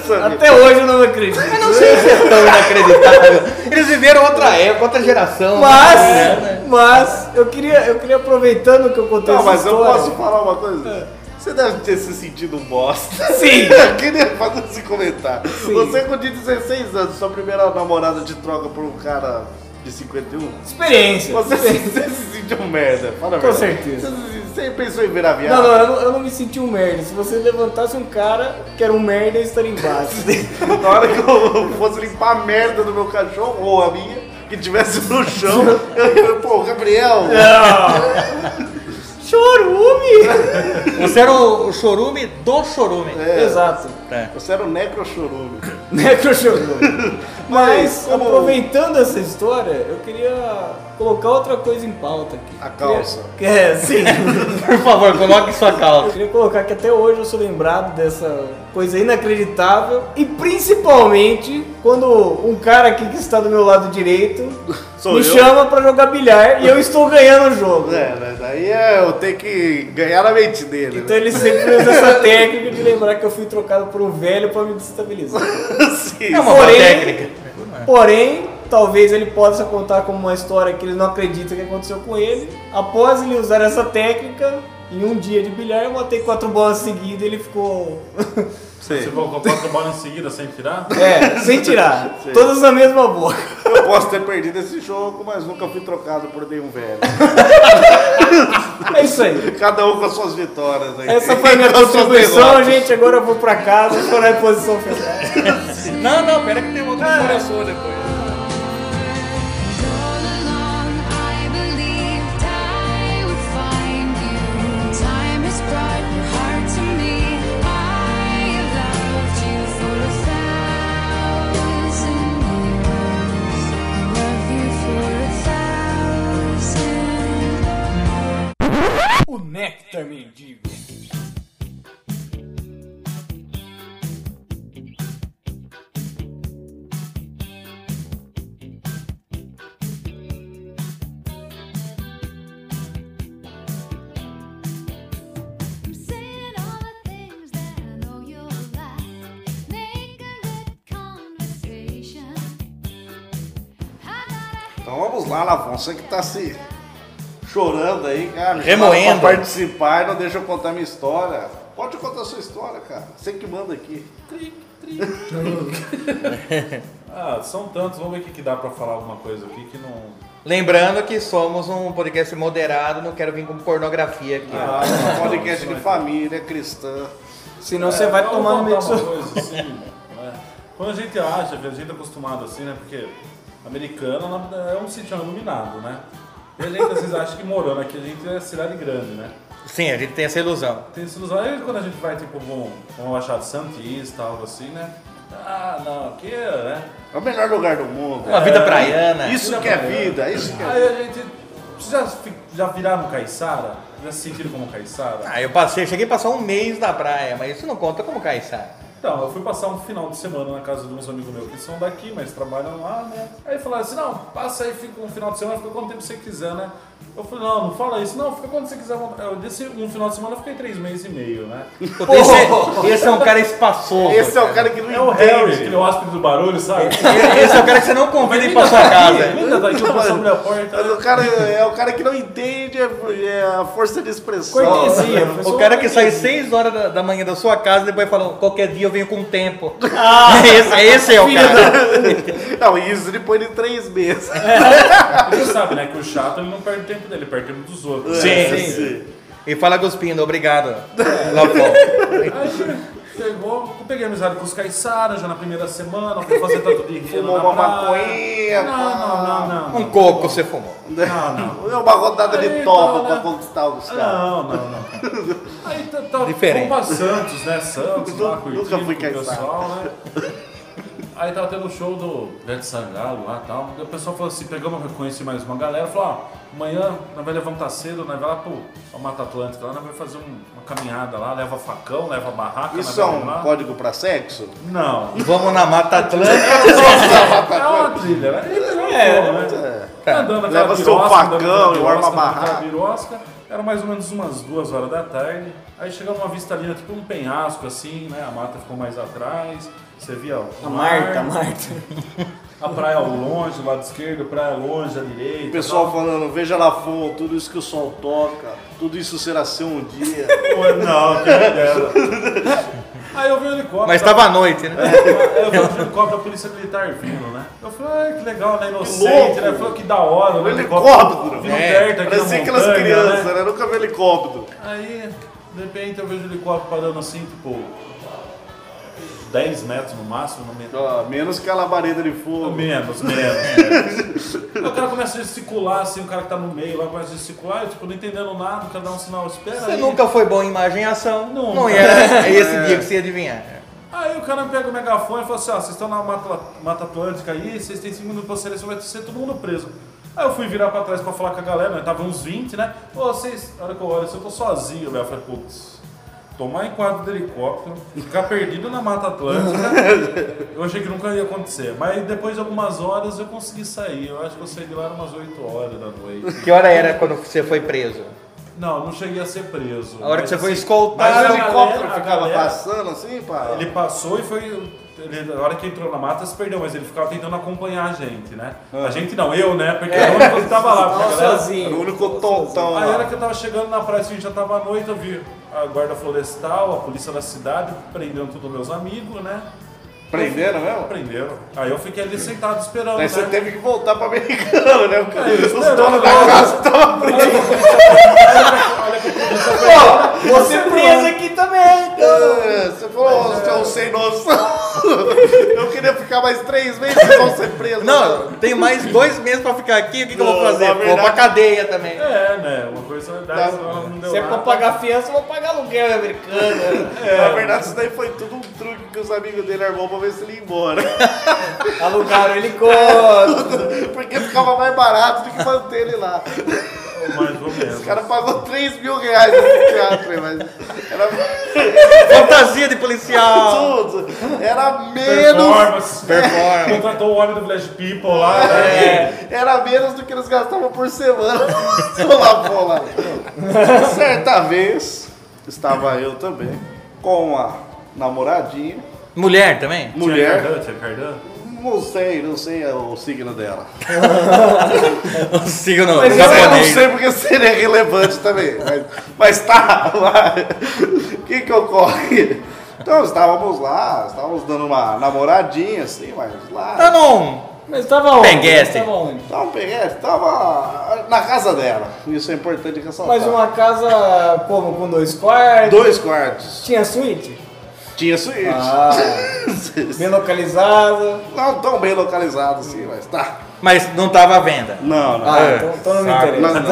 [SPEAKER 3] sabe?
[SPEAKER 5] Até hoje eu não acredito.
[SPEAKER 4] Mas não sei se é tão inacreditável. Eles viveram outra época, outra geração.
[SPEAKER 5] Mas,
[SPEAKER 4] né? É, né?
[SPEAKER 5] mas, eu queria, eu queria aproveitando que eu contei
[SPEAKER 3] Não,
[SPEAKER 5] essa
[SPEAKER 3] mas eu
[SPEAKER 5] história. É.
[SPEAKER 3] posso falar uma coisa? Você deve ter se sentido um bosta.
[SPEAKER 5] Sim.
[SPEAKER 3] Eu queria fazer esse comentário.
[SPEAKER 5] Sim.
[SPEAKER 3] Você, quando tinha 16 anos, sua primeira namorada de troca por um cara de 51,
[SPEAKER 5] Experiência.
[SPEAKER 3] você, se- você se sentiu um merda. Fala a
[SPEAKER 5] É. Com
[SPEAKER 3] verdade.
[SPEAKER 5] certeza.
[SPEAKER 3] Você, se- você pensou em virar viado?
[SPEAKER 5] Não, não eu, não, eu não me senti um merda. Se você levantasse um cara que era um merda, eu estaria embaixo.
[SPEAKER 3] Na hora que eu fosse limpar a merda do meu cachorro, ou a minha, que tivesse no chão, eu ia, pô, Gabriel,
[SPEAKER 5] É. Chorume!
[SPEAKER 4] Você era o o chorume do chorume.
[SPEAKER 3] É.
[SPEAKER 5] Exato.
[SPEAKER 3] você era um o necrochorume.
[SPEAKER 5] Necrochorume. Mas,
[SPEAKER 3] Mas, como-
[SPEAKER 5] aproveitando essa história, eu queria colocar outra coisa em pauta aqui.
[SPEAKER 3] A calça.
[SPEAKER 5] Queria- É, sim.
[SPEAKER 4] Por favor, coloque sua
[SPEAKER 5] Eu
[SPEAKER 4] calça.
[SPEAKER 5] queria colocar que até hoje eu sou lembrado dessa coisa inacreditável e principalmente quando um cara aqui que está do meu lado direito
[SPEAKER 3] Sou
[SPEAKER 5] me
[SPEAKER 3] eu?
[SPEAKER 5] chama pra jogar bilhar e eu estou ganhando o jogo.
[SPEAKER 3] É, mas daí é eu tenho que ganhar na mente dele.
[SPEAKER 5] Então
[SPEAKER 3] né?
[SPEAKER 5] ele sempre usa essa técnica de lembrar que eu fui trocado por um velho pra me destabilizar.
[SPEAKER 3] Sim.
[SPEAKER 4] É uma boa
[SPEAKER 5] Porém-
[SPEAKER 4] técnica.
[SPEAKER 5] Porém, talvez ele possa contar como uma história que ele não acredita que aconteceu com ele. Após ele usar essa técnica, em um dia de bilhar, eu matei quatro bolas seguidas e ele ficou.
[SPEAKER 6] Você
[SPEAKER 3] Sim.
[SPEAKER 6] vai comprar outra bola em seguida sem tirar?
[SPEAKER 5] É, sem tirar.
[SPEAKER 3] Sim.
[SPEAKER 5] Todas na mesma boca.
[SPEAKER 3] Eu posso ter perdido esse jogo, mas nunca fui trocado por nenhum velho.
[SPEAKER 5] É isso aí.
[SPEAKER 3] Cada um com as suas vitórias. Aí.
[SPEAKER 5] Essa foi a minha
[SPEAKER 3] Com as suas
[SPEAKER 5] contribuição,
[SPEAKER 3] derrotas.
[SPEAKER 5] gente. Agora eu vou pra casa, vou na posição final.
[SPEAKER 4] Não, não, pera que tem outra história sua depois.
[SPEAKER 7] All along, I believed I would find you. Time has brought your heart to me. I loved you for a thousand years. Love you for a thousand.
[SPEAKER 5] O néctar mendigo.
[SPEAKER 7] I'm saying all the things that I know you'll like. Make a good conversation. I gotta
[SPEAKER 3] Então vamos lá, Lavon. Você que tá se chorando aí, cara.
[SPEAKER 4] Remoendo.
[SPEAKER 3] Pra participar e não deixa eu contar minha história. Pode contar a sua história, cara. Você que manda aqui.
[SPEAKER 6] Ah, são tantos. Vamos ver o que, que dá pra falar alguma coisa aqui que não.
[SPEAKER 4] Lembrando que somos um podcast moderado, não quero vir com pornografia aqui.
[SPEAKER 3] Ah, um podcast de família é cristã.
[SPEAKER 5] Senão você vai
[SPEAKER 6] É, Eu vou
[SPEAKER 5] tomar no meio do
[SPEAKER 6] contar uma
[SPEAKER 5] seu.
[SPEAKER 6] coisa, assim, né? Quando a gente acha, a gente é acostumado assim, né? Porque americano é um sítio iluminado, né? E a gente às vezes acha que morando aqui a gente é cidade grande, né?
[SPEAKER 4] Sim, a gente tem essa ilusão.
[SPEAKER 6] Tem esse ilusão. Aí quando a gente vai, tipo, pra um, pra um achado santista, algo assim, né? Ah, não, aqui, né?
[SPEAKER 3] É o melhor lugar do mundo.
[SPEAKER 4] Uma vida praiana.
[SPEAKER 3] Isso que é vida, isso que é
[SPEAKER 6] Aí a gente. Vocês já, fi- já viraram caiçara? Já se sentiram como caiçara?
[SPEAKER 4] Ah, eu passei, cheguei a passar um mês na praia, mas isso não conta como caiçara.
[SPEAKER 6] Então, eu fui passar um final de semana na casa de uns amigos meus que são daqui, mas trabalham lá, né? Aí falaram assim, não, passa aí, fica um final de semana, fica quanto tempo você quiser, né? Eu falei, não, não fala isso, não, fica quanto você quiser. à vontade." Eu desse um final de semana, eu fiquei três meses e meio, né?
[SPEAKER 4] Puta, Esse, esse é um cara espaçoso.
[SPEAKER 3] Oh. Esse é o cara que não
[SPEAKER 6] É o Harry, aquele hóspede do barulho, sabe?
[SPEAKER 4] Esse- esse é o cara que você não convida ir pra sua casa.
[SPEAKER 6] Ainda tá aqui, eu passo a
[SPEAKER 3] Mas
[SPEAKER 6] porta.
[SPEAKER 3] o cara é o cara que não entende é- é a força de expressão.
[SPEAKER 5] Cortesia.
[SPEAKER 4] O
[SPEAKER 5] pessoal.
[SPEAKER 4] cara que sai 6 horas da, da manhã da sua casa e depois fala, qualquer dia eu venho com tempo.
[SPEAKER 5] Ah!
[SPEAKER 4] esse, esse é o cara.
[SPEAKER 3] Não, isso depois de três meses.
[SPEAKER 6] Você sabe, né, que o chato ele não perde tempo dele, ele perde tempo dos outros.
[SPEAKER 4] Sim.
[SPEAKER 3] Sim.
[SPEAKER 4] E fala cuspindo, obrigado. Lá fora.
[SPEAKER 6] Aí, Pegou, eu peguei amizade com os caiçaras já na primeira semana, fui fazer tanto de rio
[SPEAKER 3] Fumou
[SPEAKER 6] na
[SPEAKER 3] uma maconhinha,
[SPEAKER 6] praia. Não, não, não, não.
[SPEAKER 4] Um coco você fumou.
[SPEAKER 6] Não,
[SPEAKER 3] é Uma rodada
[SPEAKER 6] Aí,
[SPEAKER 3] de
[SPEAKER 6] então,
[SPEAKER 3] toba
[SPEAKER 6] né?
[SPEAKER 3] pra conquistar os caras.
[SPEAKER 6] Não, não, não. Aí tá, tá
[SPEAKER 4] Diferente.
[SPEAKER 6] vamos pra Santos, né? Santos, lá,
[SPEAKER 3] Nunca
[SPEAKER 6] curtindo
[SPEAKER 3] fui
[SPEAKER 6] com o
[SPEAKER 3] cansado.
[SPEAKER 6] pessoal, né? Aí tava tendo um show do Grande Sangalo lá e tal. Daí o pessoal falou assim, pegamos, eu conheci mais uma galera, falou, ó, amanhã nós vai levantar cedo, nós vai lá pro ao Mata Atlântica, lá nós vai fazer um- uma caminhada lá, leva facão, leva barraca, nós
[SPEAKER 3] Isso é
[SPEAKER 6] vai
[SPEAKER 3] um
[SPEAKER 6] lá.
[SPEAKER 3] código pra sexo?
[SPEAKER 6] Não.
[SPEAKER 4] Vamos na Mata Atlântica.
[SPEAKER 6] É uma trilha, né? Tá
[SPEAKER 3] É.
[SPEAKER 6] Andando
[SPEAKER 3] Leva
[SPEAKER 6] aquela
[SPEAKER 3] seu
[SPEAKER 6] birosca,
[SPEAKER 3] facão
[SPEAKER 6] andando
[SPEAKER 3] e arma
[SPEAKER 6] aquela birosca, andando aquela
[SPEAKER 3] barraca.
[SPEAKER 6] birosca. Era mais ou menos umas duas horas da tarde. Aí chegamos uma vista linda, tipo um penhasco assim, né? A mata ficou mais atrás. Você via o
[SPEAKER 5] A
[SPEAKER 6] mar,
[SPEAKER 5] Marta, a Marta.
[SPEAKER 6] a praia ao longe, do lado esquerdo, praia longe, à direita.
[SPEAKER 3] O pessoal falando, veja lá fundo, tudo isso que o sol toca, tudo isso será seu um dia.
[SPEAKER 6] Pô, Não, que dela. Aí eu vi o helicóptero.
[SPEAKER 4] Mas tava à noite, né?
[SPEAKER 6] Aí É, eu vi o helicóptero, a polícia militar vindo, né? Eu falei, ah, que legal, né? Inocente,
[SPEAKER 3] louco.
[SPEAKER 6] né? Falou que da hora,
[SPEAKER 3] O
[SPEAKER 6] né?
[SPEAKER 3] helicóptero.
[SPEAKER 6] Vindo
[SPEAKER 4] É,
[SPEAKER 6] perto aqui na
[SPEAKER 3] né? Parecia aquelas
[SPEAKER 6] montanha,
[SPEAKER 3] crianças,
[SPEAKER 6] né?
[SPEAKER 3] né? Nunca vi helicóptero.
[SPEAKER 6] Aí, de repente, eu vejo o helicóptero parando assim, tipo, 10 metros no máximo, no meio.
[SPEAKER 3] Ó, menos que a labareda de fogo.
[SPEAKER 6] Menos, menos. menos. Aí o cara começa a gesticular, assim, o cara que tá no meio lá começa a gesticular, eu, tipo, não entendendo nada, o cara dá um sinal, espera
[SPEAKER 4] Você
[SPEAKER 6] aí.
[SPEAKER 4] nunca foi bom em imagem e ação.
[SPEAKER 6] Nunca.
[SPEAKER 4] Não era esse dia que você ia adivinhar.
[SPEAKER 6] Aí o cara pega o megafone e fala assim, ó, vocês estão na Mata, Mata Atlântica aí, vocês têm 5 minutos pra seleção, vai ser todo mundo preso. Aí eu fui virar pra trás pra falar com a galera, né? Tava uns 20, né? Ô, vocês, na hora que eu olho, assim, eu tô sozinho, velho. Eu falei, putz, tomar enquadro de helicóptero, ficar perdido na Mata Atlântica, eu achei que nunca ia acontecer. Mas depois de algumas horas eu consegui sair. Eu acho que eu saí de lá era umas 8 horas da noite.
[SPEAKER 4] Que hora era quando você foi preso?
[SPEAKER 6] Não, não cheguei a ser preso.
[SPEAKER 4] A hora que
[SPEAKER 6] mas,
[SPEAKER 4] você foi
[SPEAKER 6] assim,
[SPEAKER 4] escoltado.
[SPEAKER 6] mas
[SPEAKER 3] Mas
[SPEAKER 6] a
[SPEAKER 3] o helicóptero
[SPEAKER 6] galera- a
[SPEAKER 3] ficava
[SPEAKER 6] galera-
[SPEAKER 3] passando assim, pá.
[SPEAKER 6] ele passou e foi. Ele, na hora que entrou na mata se perdeu, mas ele ficava tentando acompanhar a gente, né? A gente não, eu, né?
[SPEAKER 3] É.
[SPEAKER 6] Porque era o único que tava lá. Porque a
[SPEAKER 5] Tava
[SPEAKER 6] galera-
[SPEAKER 3] Era o
[SPEAKER 5] sozinho.
[SPEAKER 3] único tontão
[SPEAKER 6] Aí, na hora
[SPEAKER 3] lá.
[SPEAKER 6] que eu tava chegando na praia, assim, já tava à noite, eu vi a guarda florestal, a polícia da cidade, prendendo todos meus amigos, né?
[SPEAKER 3] Prenderam mesmo?
[SPEAKER 6] Prenderam. Aí eu fiquei ali sentado esperando.
[SPEAKER 3] Aí
[SPEAKER 6] né?
[SPEAKER 3] você teve que voltar pra americano,
[SPEAKER 6] É,
[SPEAKER 3] né? Porque
[SPEAKER 6] Aí,
[SPEAKER 3] os
[SPEAKER 6] esperando,
[SPEAKER 3] donos da
[SPEAKER 6] né?
[SPEAKER 3] casa estavam
[SPEAKER 5] Você é preso aqui também, então.
[SPEAKER 3] É, Você falou, ô, seu sem noção. Eu queria ficar mais três meses, vocês vão ser preso.
[SPEAKER 4] Não, eu tenho mais dois meses pra ficar aqui. O que, que eu vou
[SPEAKER 3] Não, na
[SPEAKER 4] fazer? Vou pra
[SPEAKER 3] verdade-
[SPEAKER 4] cadeia também.
[SPEAKER 6] É, né? Uma coisa dessa,
[SPEAKER 3] Tá.
[SPEAKER 6] ela não deu
[SPEAKER 5] Se é pra
[SPEAKER 6] nada.
[SPEAKER 5] pagar fiança, eu vou pagar aluguel americano.
[SPEAKER 3] Na verdade, isso daí foi tudo um truque que os amigos dele armou pra ver se ele ia embora.
[SPEAKER 5] Alugaram o helicóptero.
[SPEAKER 3] Porque ficava mais barato do que manter ele lá.
[SPEAKER 6] Mais ou menos.
[SPEAKER 3] O cara pagou 3 mil reais no teatro, hein, mas era
[SPEAKER 4] Fantasia de policial.
[SPEAKER 3] tudo. Era menos.
[SPEAKER 6] Performance.
[SPEAKER 4] Performance.
[SPEAKER 6] Contratou o homem do Flash People lá, né?
[SPEAKER 3] É. Era menos do que eles gastavam por semana. Vou lá, vou lá. Certa vez, estava eu também com a namoradinha,
[SPEAKER 4] Mulher também?
[SPEAKER 3] mulher.
[SPEAKER 6] Tinha Cardan, tinha Cardan.
[SPEAKER 3] Não sei, não sei é o signo dela.
[SPEAKER 4] Signo
[SPEAKER 3] Mas
[SPEAKER 5] é
[SPEAKER 3] eu não
[SPEAKER 4] japonês.
[SPEAKER 3] sei porque seria relevante também. Mas, mas tá lá. O que que ocorre? Então estávamos lá, estávamos dando uma namoradinha assim, mas
[SPEAKER 4] Tá
[SPEAKER 3] lá.
[SPEAKER 4] num.
[SPEAKER 5] Mas tava onde?
[SPEAKER 4] Pengueste.
[SPEAKER 5] Tava onde?
[SPEAKER 3] Então, peguei, estava na casa dela. Isso é importante ressaltar.
[SPEAKER 5] Mas uma casa como? Com dois quartos?
[SPEAKER 3] Dois quartos.
[SPEAKER 5] Tinha suíte?
[SPEAKER 3] Tinha suíte.
[SPEAKER 5] Ah, bem localizada.
[SPEAKER 3] Não tão bem localizado assim, mas tá.
[SPEAKER 4] Mas não tava à venda.
[SPEAKER 3] Não, não.
[SPEAKER 5] Ah,
[SPEAKER 4] É,
[SPEAKER 5] então, então não me
[SPEAKER 4] sabe,
[SPEAKER 5] interessa.
[SPEAKER 3] Não,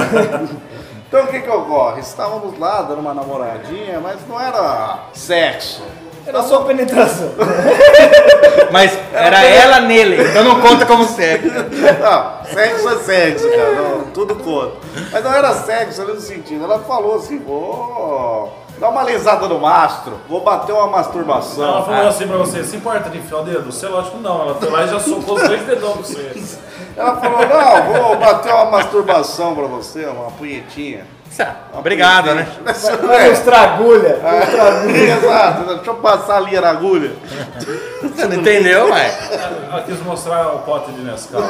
[SPEAKER 3] não. Então o que que ocorre? Estávamos lá dando uma namoradinha, mas não era sexo.
[SPEAKER 5] Era só penetração.
[SPEAKER 4] Mas era ela nele. Então não conta como segue.
[SPEAKER 3] Não, sexo é sexo, cara. não, tudo conta. Mas não era sexo, era no sentido. Ela falou assim, vou dar uma lesada no mastro, vou bater uma
[SPEAKER 6] Ela
[SPEAKER 3] masturbação.
[SPEAKER 6] falou assim pra você, se importa de enfiar o dedo? Você, lógico, não. Ela foi lá e já socou os dois dedão pra você.
[SPEAKER 3] Ela falou, não, vou bater uma masturbação pra você, uma punhetinha.
[SPEAKER 4] Sa- Obrigado, né?
[SPEAKER 5] Vai mostrar agulha. Mostrar agulha.
[SPEAKER 3] Exato, deixa eu passar a linha na agulha.
[SPEAKER 4] Você não entendeu, mas.
[SPEAKER 6] Ela quis mostrar o pote de Nescau.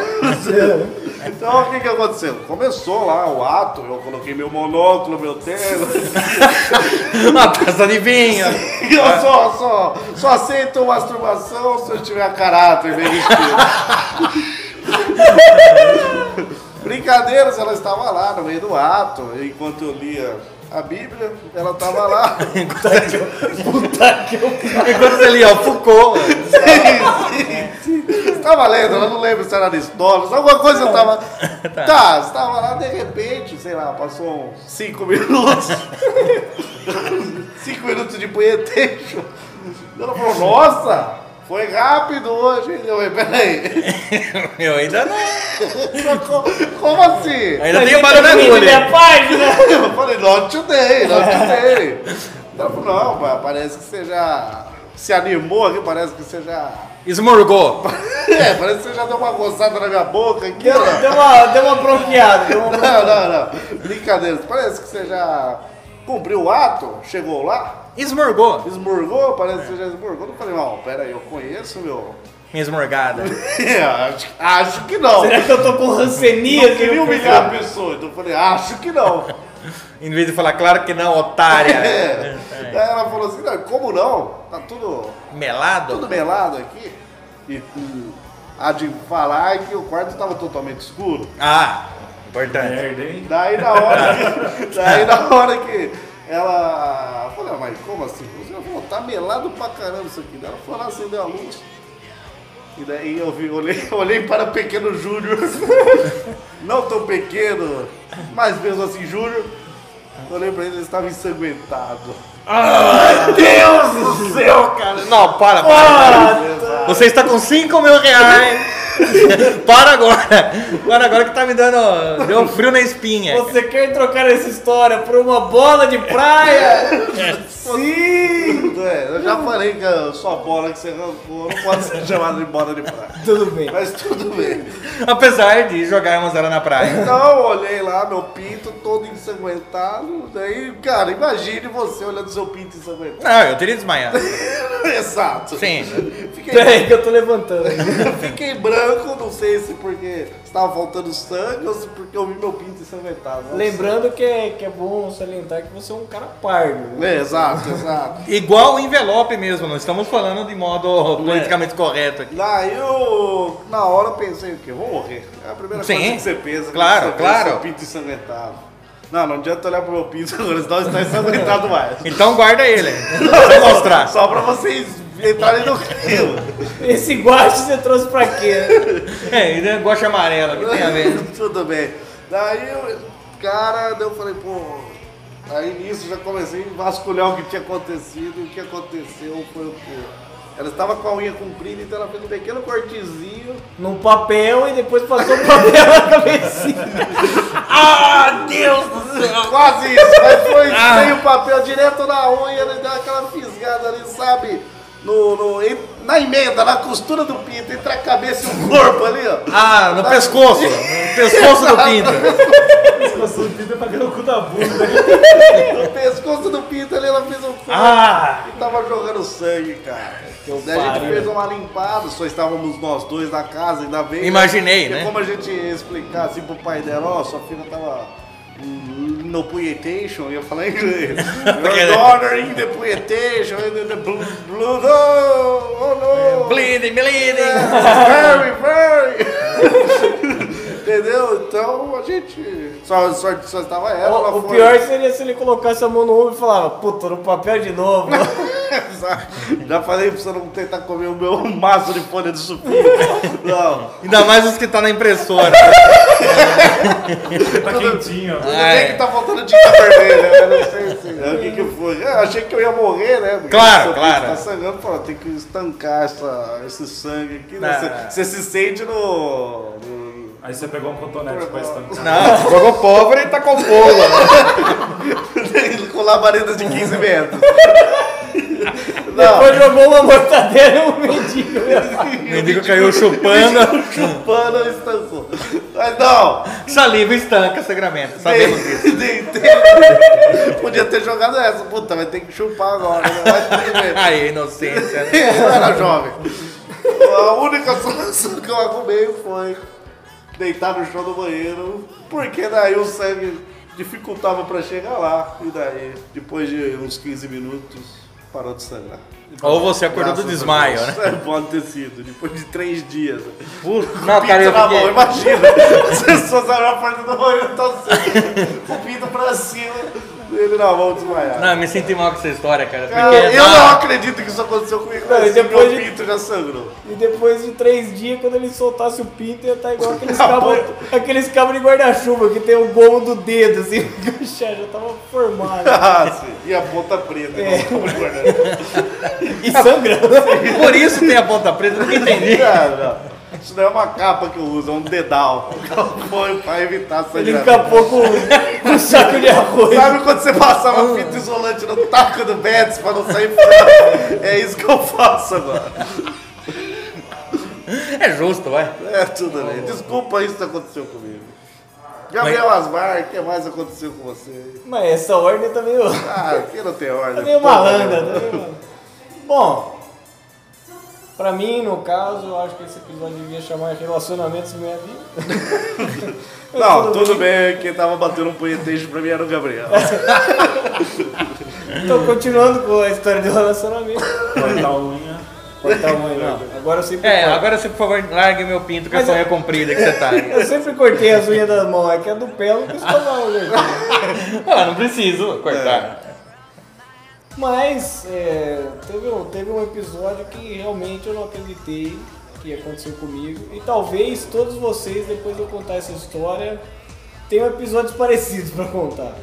[SPEAKER 3] Então o que que aconteceu? Começou lá o ato, eu coloquei meu monóculo, meu tênis.
[SPEAKER 4] Uma taça de vinho.
[SPEAKER 3] Eu só, só, só aceito masturbação se eu tiver caráter bem vestido. Brincadeiras, ela estava lá no meio do ato, enquanto eu lia a Bíblia, ela tava lá.
[SPEAKER 4] Enquanto ali, ó, Foucault.
[SPEAKER 3] Você tava lendo, ela Tá não lembro se era Aristóteles, alguma coisa eu tava. Tá, você tava lá, de repente, sei lá, passou uns 5 minutos. 5 minutos de punhetejo. Ela falou, nossa, foi rápido hoje. Eu falei, peraí,
[SPEAKER 4] Meu, ainda não.
[SPEAKER 3] co- como assim?
[SPEAKER 4] Ainda tem o barulho na
[SPEAKER 3] né?
[SPEAKER 4] agulha.
[SPEAKER 5] minha página!
[SPEAKER 3] Eu falei, not today, not today. Ela falou, não, pá, parece que você já se animou aqui, parece que você já.
[SPEAKER 4] Esmorgou.
[SPEAKER 3] É, parece que você já deu uma gozada na minha boca aqui,
[SPEAKER 5] Deu,
[SPEAKER 3] ó.
[SPEAKER 5] deu uma, deu uma bronqueada, deu uma
[SPEAKER 3] Não, não, não. Brincadeira. Parece que você já cumpriu o ato, chegou lá,
[SPEAKER 4] Esmorgou.
[SPEAKER 3] esmurgou, parece que você já esmurgou. Eu falei, não, pera aí, eu conheço, meu. É,
[SPEAKER 4] Minha esmorgada.
[SPEAKER 3] acho, acho que não.
[SPEAKER 5] Será que eu tô com rancenias?
[SPEAKER 3] Eu queria humilhar a pessoa, então eu falei, acho que não.
[SPEAKER 4] Em vez de falar, claro que não, otária.
[SPEAKER 3] É. Aí ela falou assim, não, como não? Tá tudo, tudo
[SPEAKER 4] Melado.
[SPEAKER 3] melado aqui. E hum, a de falar é que o quarto tava totalmente escuro.
[SPEAKER 4] Ah, importante.
[SPEAKER 6] Merda, hein?
[SPEAKER 3] Daí na hora que, daí na hora que ela eu falei, "Ah, mas como assim? Ela falou, tá melado pra caramba isso aqui. Daí Ela falou, acendeu a luz. E daí eu vi, olhei, olhei para o pequeno Júnior. Não tão pequeno, mas mesmo assim, Júnior. Olhei pra ele, ele estava ensanguentado.
[SPEAKER 4] Não, para, para. para. Você está com 5 mil reais. para agora. Para agora que tá me dando. Deu um frio na espinha.
[SPEAKER 5] Você quer trocar essa história por uma bola de praia? Sim!
[SPEAKER 3] É, eu já falei que a sua bola que você arrancou não pode ser chamada de bola de praia.
[SPEAKER 5] Tudo bem.
[SPEAKER 3] Mas tudo bem.
[SPEAKER 4] Apesar de jogar umas horas na praia.
[SPEAKER 3] Então eu olhei lá, meu pinto todo ensanguentado. Daí, cara, imagine você olhando seu pinto ensanguentado.
[SPEAKER 4] Não, Ah, eu teria desmaiado.
[SPEAKER 3] Exato.
[SPEAKER 4] Sim.
[SPEAKER 5] Peraí
[SPEAKER 3] Fiquei,
[SPEAKER 5] que eu tô levantando.
[SPEAKER 3] fiquei branco, não sei se porque estava faltando sangue ou se porque eu vi meu pinto ensanguentado. Nossa.
[SPEAKER 5] Lembrando que é, que é bom salientar que você é um cara pardo. Né?
[SPEAKER 3] É, exato, exato.
[SPEAKER 4] Igual o envelope mesmo, não estamos falando de modo
[SPEAKER 5] é.
[SPEAKER 4] politicamente correto aqui.
[SPEAKER 3] Daí eu, na hora, eu pensei o quê? Vou morrer. É a primeira
[SPEAKER 4] Sim.
[SPEAKER 3] coisa que você pensa. quando
[SPEAKER 4] Claro,
[SPEAKER 3] você vê
[SPEAKER 4] claro.
[SPEAKER 3] Seu pinto ensanguentado. Não, não adianta olhar pro meu pinto agora, senão está ensanguentado mais.
[SPEAKER 4] Então guarda ele. Vou mostrar.
[SPEAKER 3] Só pra vocês entrarem no clima.
[SPEAKER 5] Esse guache você trouxe pra quê?
[SPEAKER 4] É, ele é gosta amarela, que tem a ver.
[SPEAKER 3] Tudo bem. Daí, eu- cara, daí eu falei, pô. Aí nisso já comecei a vasculhar o que tinha acontecido. E o que aconteceu foi o quê? Ela estava com a unha comprida, então ela fez um pequeno cortezinho.
[SPEAKER 5] Num papel e depois passou o papel na cabecinha.
[SPEAKER 4] Ah,
[SPEAKER 3] Quase isso, mas foi sem o papel direto na unha, ele deu aquela fisgada ali, sabe? No, no- em- na emenda, na costura do pinto, entre a cabeça e o corpo ali, ó.
[SPEAKER 5] Tá
[SPEAKER 4] Ah, no pescoço. No pescoço do pinto.
[SPEAKER 6] Nossa, o Peter tá vendo o cu da bunda.
[SPEAKER 3] No pescoço do pinto ali, ela fez um corte.
[SPEAKER 4] Ah!
[SPEAKER 3] E tava jogando sangue, cara. Daí a gente
[SPEAKER 5] pariu.
[SPEAKER 3] fez uma limpada, só estávamos nós dois na casa, ainda bem.
[SPEAKER 4] Imaginei,
[SPEAKER 3] Porque
[SPEAKER 4] né?
[SPEAKER 3] Como a gente ia explicar assim pro pai dela, ó, sua filha tava hum, no puyetation, eu ia falar em inglês.
[SPEAKER 4] Porque-
[SPEAKER 5] é
[SPEAKER 3] Your daughter in the puyetation, in the blue, blue, oh, oh no.
[SPEAKER 4] Bleeding,
[SPEAKER 5] É,
[SPEAKER 4] bleeding.
[SPEAKER 3] Very, very. Entendeu? Então a gente. Só, só, só estava ela. ela
[SPEAKER 5] O, o
[SPEAKER 3] foi-
[SPEAKER 5] pior seria se ele colocasse a mão no ombro e falava, puta, no papel de novo.
[SPEAKER 3] Já falei pra você não tentar comer o meu maço de folha de supino. Não.
[SPEAKER 4] Ainda mais os que tá na impressora.
[SPEAKER 6] Tá quentinho.
[SPEAKER 3] Tudo
[SPEAKER 4] Ah,
[SPEAKER 3] bem
[SPEAKER 4] é.
[SPEAKER 3] que tá faltando tinta vermelha, né? Não sei se. né, O que que foi? Eu achei que eu ia morrer, né? Porque
[SPEAKER 4] Claro,
[SPEAKER 3] seu
[SPEAKER 4] claro.
[SPEAKER 3] pinto Tá sangrando, pô, tem que estancar essa, esse sangue aqui, né?
[SPEAKER 4] Ah.
[SPEAKER 3] Você, você se sente no. no-
[SPEAKER 6] Aí você pegou um cotonete pra estancar.
[SPEAKER 4] Não, Ah, jogou pobre e tá com bola.
[SPEAKER 3] com labareda de 15 metros. Não,
[SPEAKER 5] Depois jogou uma mortadela e um mendigo.
[SPEAKER 4] O mendigo caiu chupando.
[SPEAKER 3] chupando estancou. Mas não,
[SPEAKER 4] Saliva estanca, sangramento. Sabemos disso.
[SPEAKER 3] Deitei. Podia ter jogado essa. Puta, vai ter que chupar agora, né? Mas tudo bem.
[SPEAKER 4] Ai, inocência. né?
[SPEAKER 3] Eu era jovem. A única solução que eu arrumei foi deitar no chão do banheiro, porque daí o sangue dificultava pra chegar lá. E daí, depois de uns 15 minutos, parou de sangrar.
[SPEAKER 4] Ou você acordou do
[SPEAKER 3] Graças a
[SPEAKER 4] desmaio,
[SPEAKER 3] Deus.
[SPEAKER 4] né?
[SPEAKER 3] É, pode ter sido, depois de três dias.
[SPEAKER 4] Não, Ah, cara, eu
[SPEAKER 3] pinto na mão,
[SPEAKER 4] fiquei...
[SPEAKER 3] imagina. As pessoas abrem a porta do banheiro, tão assim, com o pinto pra cima. Ele não, vamos desmaiar.
[SPEAKER 4] Não, eu me senti mal com essa história, cara. Porque
[SPEAKER 3] Cara, É, eu
[SPEAKER 4] tá-
[SPEAKER 3] não acredito que isso aconteceu comigo.
[SPEAKER 5] Não, e
[SPEAKER 3] mas
[SPEAKER 5] depois
[SPEAKER 3] meu
[SPEAKER 5] de-
[SPEAKER 3] pinto já sangrou.
[SPEAKER 5] E depois de três dias, quando ele soltasse o pinto, ia estar igual aqueles
[SPEAKER 3] Na
[SPEAKER 5] cabos
[SPEAKER 3] ponta.
[SPEAKER 5] aqueles cabo de guarda-chuva que tem o gomo do dedo, assim, que o chá já tava formado.
[SPEAKER 3] Ah, sim. E a ponta preta.
[SPEAKER 5] É.
[SPEAKER 3] igual o né? guardanapo.
[SPEAKER 5] E sangrando.
[SPEAKER 4] Por isso tem a ponta preta, eu não entendi.
[SPEAKER 3] Cara, Isso não é uma capa que eu uso, é um dedal. Foi pra evitar
[SPEAKER 5] Ele
[SPEAKER 3] sangramento.
[SPEAKER 5] encapou com, com um saco de arroz.
[SPEAKER 3] Sabe quando você
[SPEAKER 5] Ah.
[SPEAKER 3] passava fita isolante no taco do Betis pra não sair fora? É isso que eu faço agora.
[SPEAKER 4] É justo, vai.
[SPEAKER 3] É tudo bem. Desculpa isso que aconteceu comigo. Gabriel Asmar, o que mais aconteceu com você?
[SPEAKER 5] Mas essa ordem tá meio,
[SPEAKER 3] Ah, aqui não tem
[SPEAKER 5] tá
[SPEAKER 3] ordem.
[SPEAKER 5] meio
[SPEAKER 3] porra né?
[SPEAKER 5] malandra.
[SPEAKER 3] nenhuma.
[SPEAKER 5] Tá meio... Bom, pra mim, no caso, eu acho que esse episódio devia chamar Relacionamentos Minha Vida.
[SPEAKER 3] Não, tudo bem, quem tava batendo um punhetejo pra mim era o Gabriel.
[SPEAKER 5] Então, continuando com a história do relacionamento.
[SPEAKER 6] Cortar a unha.
[SPEAKER 5] Cortar a mãe, não. Agora eu sempre
[SPEAKER 4] É,
[SPEAKER 5] corto.
[SPEAKER 4] agora você, por favor, largue meu pinto com
[SPEAKER 5] Mas
[SPEAKER 4] essa
[SPEAKER 5] eu-
[SPEAKER 4] unha comprida que você tá.
[SPEAKER 5] Eu sempre cortei as unhas das mãos, é que a do pé eu não quis tomar o jeito.
[SPEAKER 4] Ah, não preciso cortar.
[SPEAKER 5] Mas é, teve, um, teve um episódio que realmente eu não acreditei que aconteceu comigo. E talvez todos vocês, depois de eu contar essa história, tenham episódios parecidos pra contar.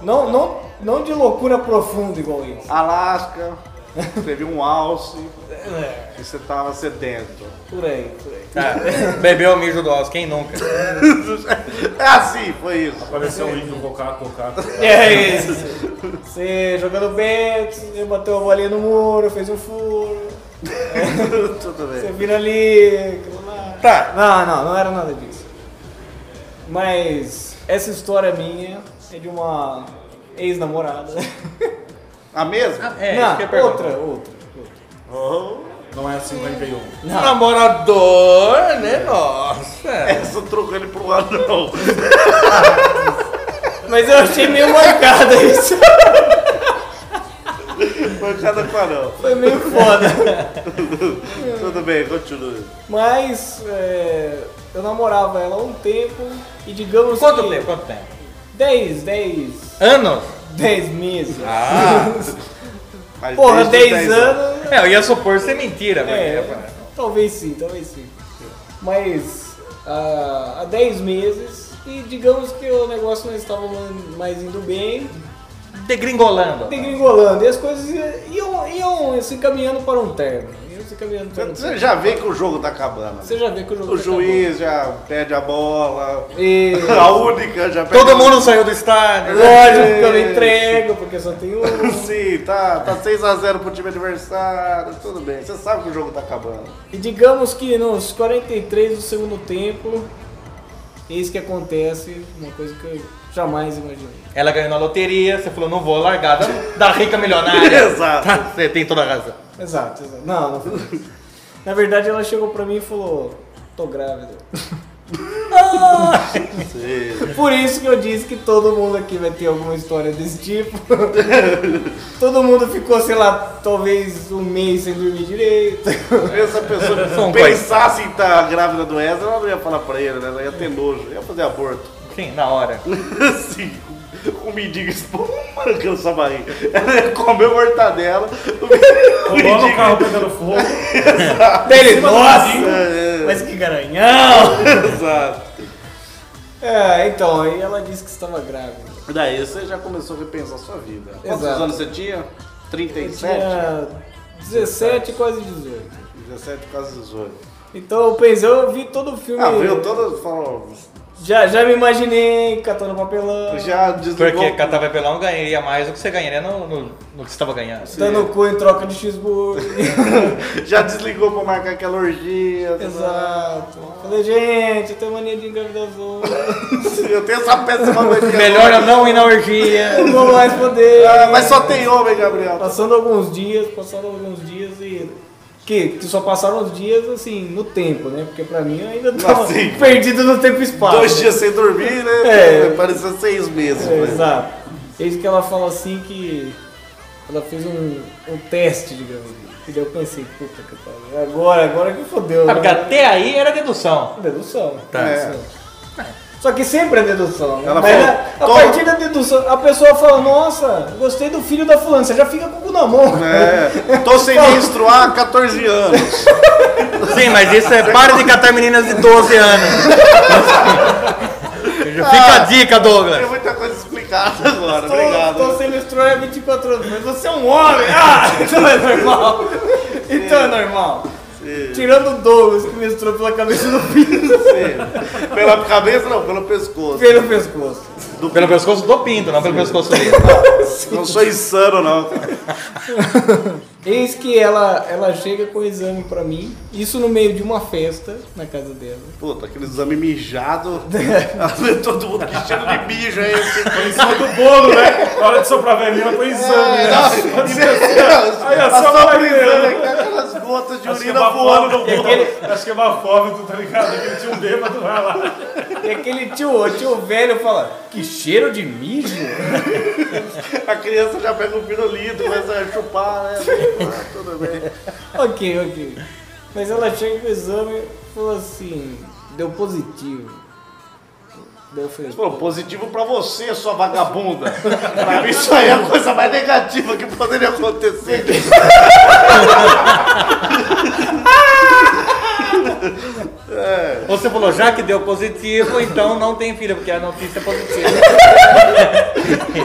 [SPEAKER 5] Não, não, não de loucura profunda igual isso.
[SPEAKER 3] Alasca, teve um alce e você tava sedento.
[SPEAKER 5] Por aí, por aí.
[SPEAKER 4] Ah, bebeu o mijo do alce, quem nunca?
[SPEAKER 3] É assim, foi isso.
[SPEAKER 6] Apareceu um índio cocá, cocá.
[SPEAKER 5] É isso. Você jogando bet, você bateu a bolinha no muro, fez um furo.
[SPEAKER 3] Tudo bem.
[SPEAKER 5] Você vira ali, aquilo lá.
[SPEAKER 4] Tá.
[SPEAKER 5] Não, não, não era nada disso. Mas essa história minha é de uma ex-namorada.
[SPEAKER 3] A mesma?
[SPEAKER 4] É, isso que eu
[SPEAKER 5] não,
[SPEAKER 4] pergunto.
[SPEAKER 5] outra, outra.
[SPEAKER 6] Não é 51.
[SPEAKER 5] Não.
[SPEAKER 4] Namorador, né? Nossa.
[SPEAKER 3] Essa É, trocou ele pro anão.
[SPEAKER 5] Mas eu achei meio marcada isso.
[SPEAKER 3] Foi cada com anão.
[SPEAKER 5] Foi meio foda.
[SPEAKER 3] Tudo bem, continue.
[SPEAKER 5] Mas é, eu namorava ela há um tempo e digamos
[SPEAKER 4] Quanto
[SPEAKER 5] que...
[SPEAKER 4] tempo? Quanto tempo?
[SPEAKER 5] 10, 10,
[SPEAKER 4] Anos?
[SPEAKER 5] 10 meses.
[SPEAKER 3] Mas
[SPEAKER 5] Porra,
[SPEAKER 3] Ah, desde os
[SPEAKER 5] 10 anos...
[SPEAKER 4] É, eu ia supor ser mentira,
[SPEAKER 5] É,
[SPEAKER 3] né?
[SPEAKER 4] velho.
[SPEAKER 5] talvez sim, talvez sim. Mas ah, há 10 meses e digamos que o negócio não estava ma- mais indo bem,
[SPEAKER 4] Degringolando.
[SPEAKER 5] degringolando, e as coisas ia- iam, iam se encaminhando para um termo. Iam se encaminhando para um
[SPEAKER 3] Você
[SPEAKER 5] termo.
[SPEAKER 3] já vê que o jogo tá acabando.
[SPEAKER 5] Você já vê que o jogo
[SPEAKER 3] O
[SPEAKER 5] tá É,
[SPEAKER 3] juiz já pede a bola.
[SPEAKER 5] acabando. E,
[SPEAKER 3] A única já pede
[SPEAKER 4] Todo mundo saiu do estádio.
[SPEAKER 5] lógico que eu não entrego, porque só tem um.
[SPEAKER 3] Sim, tá, tá 6x0 pro time adversário, tudo bem. Você sabe que o jogo tá acabando.
[SPEAKER 5] E digamos que nos 43 do segundo tempo, eis que acontece uma coisa que eu jamais imaginei.
[SPEAKER 4] Ela ganhou na loteria, você falou, não vou largar da, da rica milionária.
[SPEAKER 3] Exato.
[SPEAKER 4] Tá, você tem toda a razão.
[SPEAKER 5] Exato, exato. Não, não foi. isso. Na verdade, ela chegou pra mim e falou: tô grávida. Por isso que eu disse que todo mundo aqui vai ter alguma história desse tipo. todo mundo ficou, sei lá, talvez um mês sem dormir direito.
[SPEAKER 3] Se a
[SPEAKER 4] São coisas.
[SPEAKER 3] pessoa pensasse em estar grávida do Ezra, ela não ia falar pra ele, né? Ela ia ter nojo, ia fazer aborto.
[SPEAKER 4] Sim, na hora.
[SPEAKER 3] Assim, com- com mendigo espancando sua barriga. Ela ia comer mortadela, o mendigo- o
[SPEAKER 6] Coloca o
[SPEAKER 3] mendigo...
[SPEAKER 6] carro pegando fogo.
[SPEAKER 5] Dele, nossa!
[SPEAKER 3] É,
[SPEAKER 5] Mas que garanhão!
[SPEAKER 3] Exato.
[SPEAKER 5] É, então, aí ela disse que estava grávida.
[SPEAKER 3] Daí você já começou a repensar sua vida. Quantos
[SPEAKER 5] Exato.
[SPEAKER 3] anos você tinha?
[SPEAKER 5] Eu
[SPEAKER 3] 37?
[SPEAKER 5] tinha 17, quase 18.
[SPEAKER 3] 17, quase 18.
[SPEAKER 5] Então eu pensei, eu vi todo o filme.
[SPEAKER 3] Ah, veio todo... Falou,
[SPEAKER 5] Já, já me imaginei catando papelão.
[SPEAKER 3] já desligou...
[SPEAKER 4] Porque catar papelão ganharia mais do que você ganharia no, no, no que você estava ganhando.
[SPEAKER 5] Dando cu em troca de cheeseburger.
[SPEAKER 3] Já desligou pra marcar aquela orgia. sei lá.
[SPEAKER 5] Exato. Falei, gente, eu tenho mania de engravidar as outras.
[SPEAKER 3] Eu tenho essa péssima mania.
[SPEAKER 4] Melhor eu não ir na orgia.
[SPEAKER 5] Eu Não vou mais poder.
[SPEAKER 3] É. Ah, Mas só tem homem, Gabriel.
[SPEAKER 5] Passando alguns dias, passando alguns dias e. Que, que só passaram os dias assim, no tempo, né? Porque pra mim eu ainda tava
[SPEAKER 3] Assim.
[SPEAKER 5] perdido no tempo e espaço.
[SPEAKER 3] Dois dias sem dormir, né?
[SPEAKER 5] É.
[SPEAKER 3] Parecia seis meses.
[SPEAKER 5] É,
[SPEAKER 3] né?
[SPEAKER 5] exato. Desde que ela fala assim que ela fez um, um teste, digamos. assim. E daí eu pensei, puta que pariu. é Agora, agora que fodeu.
[SPEAKER 3] É
[SPEAKER 4] Ah, porque
[SPEAKER 5] né?
[SPEAKER 4] até aí era dedução.
[SPEAKER 5] Dedução.
[SPEAKER 4] Tá.
[SPEAKER 5] Dedução. Só que sempre é dedução. né?
[SPEAKER 3] Ela
[SPEAKER 5] Mas
[SPEAKER 3] falou,
[SPEAKER 5] a- a,
[SPEAKER 3] "Toma."
[SPEAKER 5] partir da discussão. A pessoa fala, nossa, gostei do filho da fulana. Você já fica com o cu na mão.
[SPEAKER 3] É, tô sem menstruar há 14 anos.
[SPEAKER 4] Sim, mas isso é para de catar meninas de 12 anos. Fica a dica,
[SPEAKER 3] Tem
[SPEAKER 4] Douglas.
[SPEAKER 3] muita coisa explicada agora, obrigado.
[SPEAKER 5] Tô, tô sem menstruar há 24 anos, mas você é um homem. Ah, então é normal. Então é normal. Tirando o Douglas que menstruou pela cabeça do filho,
[SPEAKER 3] Sim. Pela cabeça não, pelo pescoço.
[SPEAKER 5] pelo pescoço.
[SPEAKER 4] Pelo pescoço do pinto, não pelo pescoço dele.
[SPEAKER 3] Não sou insano, não. cara.
[SPEAKER 5] Eis que ela, ela chega com o exame pra mim, isso no meio de uma festa na casa dela.
[SPEAKER 3] Puta, aquele exame mijado. Todo mundo que cheiro de mijo aí. assim,
[SPEAKER 6] Põe em cima do bolo, né? Na hora de soprar a velhinha, põe exame.
[SPEAKER 3] É,
[SPEAKER 6] né?
[SPEAKER 3] não, Tá e
[SPEAKER 6] Aí a
[SPEAKER 3] passou
[SPEAKER 6] sola
[SPEAKER 3] pra
[SPEAKER 6] vai
[SPEAKER 3] prisão,
[SPEAKER 6] vendo.
[SPEAKER 3] né, cara, Aquelas gotas
[SPEAKER 5] Assim,
[SPEAKER 3] de
[SPEAKER 6] Acho que é
[SPEAKER 3] urina voando.
[SPEAKER 6] bafômetro, acho que é bafômetro, tá ligado? Aquele tinha um bêbado, vai lá.
[SPEAKER 5] E aquele tio, o tio velho fala, que cheiro de mijo?
[SPEAKER 3] A criança já pega um pirulito, começa a chupar, né? Ah, Tudo bem.
[SPEAKER 5] ok, ok. Mas ela chega com o exame e fala assim, deu positivo. Daí eu falei,
[SPEAKER 3] Pô, positivo pra você, sua vagabunda. pra mim, isso aí é a coisa mais negativa que poderia acontecer.
[SPEAKER 4] Você falou, já que deu positivo, então não tem filha, porque a notícia é positiva.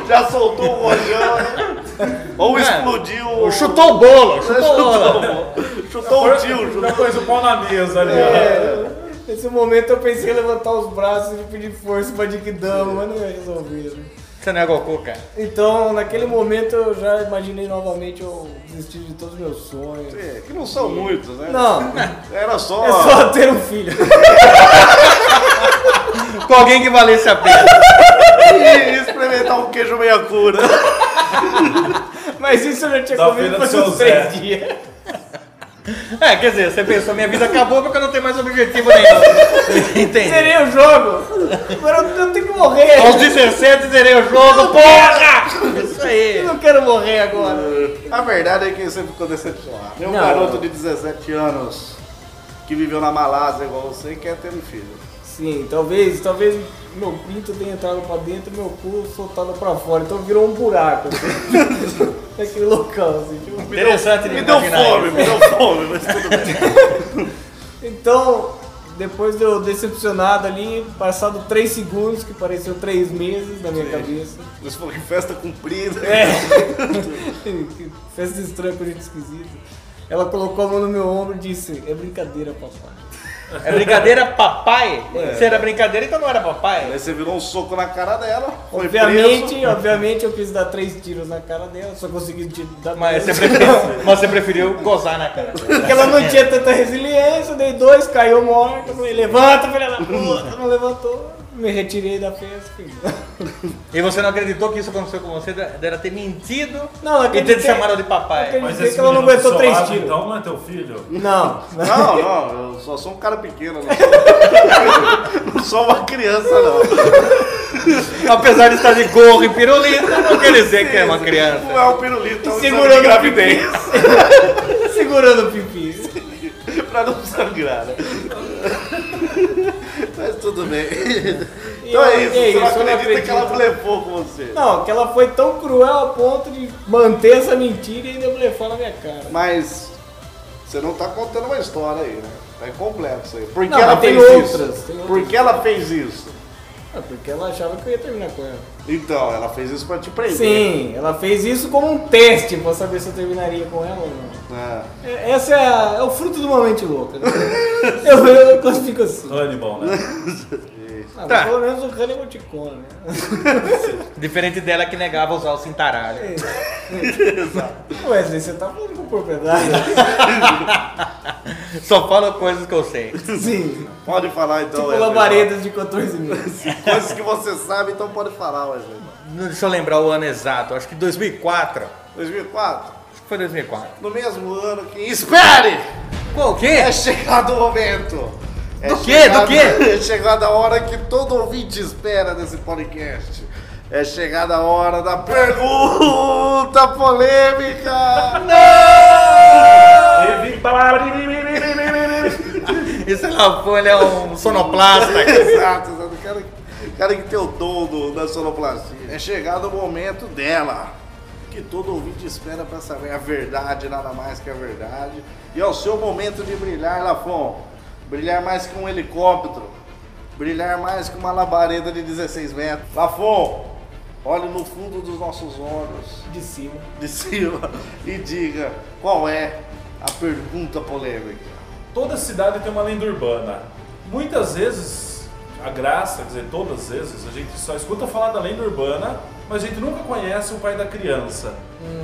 [SPEAKER 3] Já soltou o rojão, né?
[SPEAKER 5] É.
[SPEAKER 3] Ou explodiu. o-
[SPEAKER 4] Chutou o bolo,
[SPEAKER 3] Chutou,
[SPEAKER 5] um
[SPEAKER 4] chutou o bolo.
[SPEAKER 3] o- chutou o tio,
[SPEAKER 6] Já
[SPEAKER 3] chutou.
[SPEAKER 6] pôs o pau na mesa
[SPEAKER 5] É,
[SPEAKER 6] ali,
[SPEAKER 5] Nesse momento eu pensei em levantar os braços e pedir força pra Dama, mas não ia resolver. né?
[SPEAKER 4] Você não é Goku, cara.
[SPEAKER 5] Então, naquele momento eu já imaginei novamente eu desistir de todos os meus sonhos.
[SPEAKER 3] É, que não são muitos, né?
[SPEAKER 5] Não,
[SPEAKER 3] Era só.
[SPEAKER 5] é só ter um filho.
[SPEAKER 4] Com alguém que valesse a pena.
[SPEAKER 3] E experimentar um queijo meia cura.
[SPEAKER 5] Mas isso eu já tinha
[SPEAKER 6] Da
[SPEAKER 5] comido
[SPEAKER 6] feira
[SPEAKER 5] faz
[SPEAKER 6] do um seu
[SPEAKER 5] uns
[SPEAKER 6] Zé.
[SPEAKER 5] três dias.
[SPEAKER 4] É, quer dizer, você pensou, minha vida acabou porque eu não tenho mais objetivo nenhum. Entende?
[SPEAKER 5] Zerei o jogo! Agora eu eu tenho que morrer!
[SPEAKER 4] Aos 17 zerei o jogo, porra! Isso aí.
[SPEAKER 5] Eu não quero morrer agora!
[SPEAKER 3] A verdade é que você ficou decepcionado. Meu
[SPEAKER 5] Não.
[SPEAKER 3] garoto de 17 anos que viveu na Malásia igual você quer ter um filho.
[SPEAKER 5] Sim, talvez, talvez meu pinto tenha entrado pra dentro e meu cu soltado pra fora. Então virou um buraco. assim. Naquele local, assim. tipo.
[SPEAKER 3] Me
[SPEAKER 4] Interessante de
[SPEAKER 3] deu, me deu
[SPEAKER 4] imaginar
[SPEAKER 3] fome, me deu fome, mas tudo bem.
[SPEAKER 5] Então, depois de eu decepcionado ali, passado 3 segundos, que pareceu 3 meses na minha cabeça.
[SPEAKER 3] Você falou que festa cumprida.
[SPEAKER 5] É. que Fez esse tranco de esquisito. Ela colocou a mão no meu ombro e disse, é brincadeira, papai.
[SPEAKER 4] É brincadeira papai? Se era brincadeira, então não era papai.
[SPEAKER 3] Aí você virou um soco na cara dela. Foi
[SPEAKER 5] Obviamente, obviamente eu quis dar três tiros na cara dela, só consegui te dar
[SPEAKER 4] Mas você,
[SPEAKER 5] dois.
[SPEAKER 4] preferiu, mas você preferiu gozar na cara.
[SPEAKER 5] Porque ela não tinha tanta resiliência, dei dois, caiu morta, falei, levanta, filha da puta, não levantou. Me retirei da festa. filho.
[SPEAKER 4] E você não acreditou que isso aconteceu com você, dela ter mentido
[SPEAKER 5] Não,
[SPEAKER 4] e
[SPEAKER 5] acreditei.
[SPEAKER 4] ter te chamado de papai.
[SPEAKER 5] É, Mas esse que ela não menino aguentou do seu três lado, tiros.
[SPEAKER 6] Então
[SPEAKER 5] então,
[SPEAKER 6] não é teu filho.
[SPEAKER 5] Não,
[SPEAKER 3] preso. Não, não, eu só sou um cara pequeno. Não sou, não sou uma criança, não.
[SPEAKER 4] Apesar de estar de gorro e pirulita, não quer dizer que é uma criança.
[SPEAKER 3] Não é um pirulito, é um exame de
[SPEAKER 5] segurando o
[SPEAKER 3] gravidez.
[SPEAKER 5] pipi. tá segurando o pipi.
[SPEAKER 3] pra não sangrar, né? Mas tudo bem.
[SPEAKER 5] E
[SPEAKER 3] Então
[SPEAKER 5] eu-
[SPEAKER 3] é isso,
[SPEAKER 5] e é
[SPEAKER 3] você não
[SPEAKER 5] isso, eu não
[SPEAKER 3] acredita que ela
[SPEAKER 5] acredito.
[SPEAKER 3] blefou com você.
[SPEAKER 5] Não, que ela foi tão cruel a ponto de manter essa mentira e ainda blefar na minha cara.
[SPEAKER 3] Mas você não tá contando uma história aí, né? Tá incompleto isso aí. Por que
[SPEAKER 5] Não,
[SPEAKER 3] ela
[SPEAKER 5] mas tem
[SPEAKER 3] fez
[SPEAKER 5] outras,
[SPEAKER 3] isso?
[SPEAKER 5] tem
[SPEAKER 3] Por
[SPEAKER 5] outras.
[SPEAKER 3] que ela fez isso?
[SPEAKER 5] Ah, porque ela achava que eu ia terminar com ela.
[SPEAKER 3] Então, ela fez isso pra te prender.
[SPEAKER 5] Sim, ela fez isso como um teste pra saber se eu terminaria com ela ou não.
[SPEAKER 3] né?
[SPEAKER 5] É- Essa é, a- é o fruto de uma mente louca. né? Eu, eu classifico assim.
[SPEAKER 6] Hannibal, né?
[SPEAKER 5] Ah, mas
[SPEAKER 4] Tá.
[SPEAKER 5] Pelo menos o Hannibal te come, né?
[SPEAKER 4] Diferente dela que negava usar o cintaralho.
[SPEAKER 5] Wesley, você tá falando com propriedade?
[SPEAKER 4] Só fala coisas que eu sei.
[SPEAKER 5] Sim.
[SPEAKER 3] Pode falar então.
[SPEAKER 5] Tipo
[SPEAKER 3] Wesley.
[SPEAKER 5] labaredas de 14 mil.
[SPEAKER 3] Coisas que você sabe, então pode falar, Wesley.
[SPEAKER 4] Deixa eu lembrar o ano exato, acho que 2004.
[SPEAKER 3] 2004,
[SPEAKER 4] Acho que foi 2004.
[SPEAKER 3] no mesmo ano que. Espere!
[SPEAKER 4] Pô, o quê?
[SPEAKER 3] É chegado o momento. É
[SPEAKER 4] Do quê?
[SPEAKER 3] chegado-
[SPEAKER 4] Do quê?
[SPEAKER 3] É chegada a hora que todo ouvinte espera desse podcast. É chegada a hora da pergunta polêmica.
[SPEAKER 6] Teve palavra.
[SPEAKER 4] Isso lá foi, ele é um sonoplasta.
[SPEAKER 3] Exato, exato. Quero, cara que tem o dom do- da sonoplastia. É chegado o momento dela. Que todo ouvinte espera pra saber a verdade, nada mais que a verdade. E é o seu momento de brilhar, Lafon. Brilhar mais que um helicóptero. Brilhar mais que uma labareda de 16 metros. Lafon, olhe no fundo dos nossos olhos
[SPEAKER 5] de cima.
[SPEAKER 3] de cima e diga qual é a pergunta polêmica.
[SPEAKER 6] Toda cidade tem uma lenda urbana. Muitas vezes, a graça, quer dizer, todas as vezes, a gente só escuta falar da lenda urbana, mas a gente nunca conhece o pai da criança.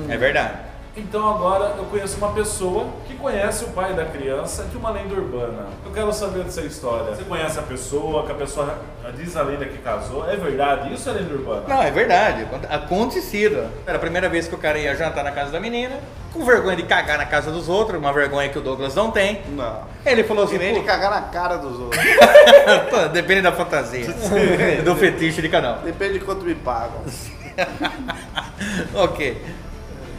[SPEAKER 4] É verdade.
[SPEAKER 6] Então agora eu conheço uma pessoa que conhece o pai da criança de uma lenda urbana. Eu quero saber dessa história. Você conhece a pessoa, que a pessoa diz a lenda que casou? É verdade? Isso é lenda urbana?
[SPEAKER 4] Não, é verdade. Acontecido. Era a primeira vez que o cara ia jantar na casa da menina, com vergonha de cagar na casa dos outros, uma vergonha que o Douglas não tem.
[SPEAKER 3] Não.
[SPEAKER 4] Ele falou assim,
[SPEAKER 3] E nem de
[SPEAKER 4] pô,
[SPEAKER 3] cagar na cara dos outros.
[SPEAKER 4] pô, depende da fantasia, do fetiche de um. canal.
[SPEAKER 3] Depende de quanto me pagam.
[SPEAKER 4] ok.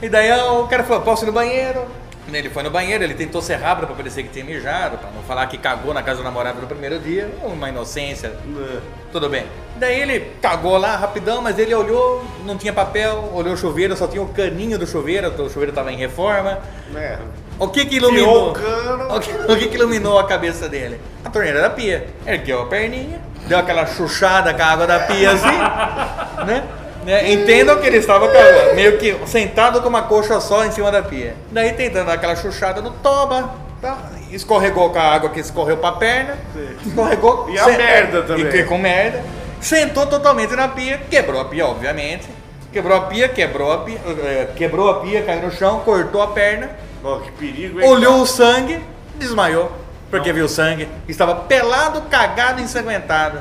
[SPEAKER 4] E daí ah, o cara falou, posso ir no banheiro? Né, Ele foi no banheiro, ele tentou ser rápido pra parecer que tinha mijado, pra não falar que cagou na casa da namorada no primeiro dia, uma inocência, tudo bem. Daí ele cagou lá rapidão, mas ele olhou, não tinha papel, olhou o chuveiro, só tinha o caninho do chuveiro, o chuveiro tava em reforma.
[SPEAKER 3] Né?
[SPEAKER 4] O que que iluminou?
[SPEAKER 3] Tirou o cano.
[SPEAKER 4] O que, o que que iluminou a cabeça dele? A torneira da pia. Ergueu a perninha, deu aquela chuchada com a água da pia assim, né? Né? Entendam que ele estava com- meio que sentado com uma coxa só em cima da pia. Daí tentando dar aquela chuchada no toba, tá? escorregou com a água que escorreu pra perna, escorregou.
[SPEAKER 3] E a merda também.
[SPEAKER 4] E ficou merda. Sentou totalmente na pia, quebrou a pia, obviamente. Quebrou a pia, quebrou a pia, eh, quebrou a pia, caiu no chão, cortou a perna.
[SPEAKER 3] Ó, que perigo, hein?
[SPEAKER 4] Olhou o sangue, desmaiou. Porque viu o sangue. Estava pelado, cagado, ensanguentado.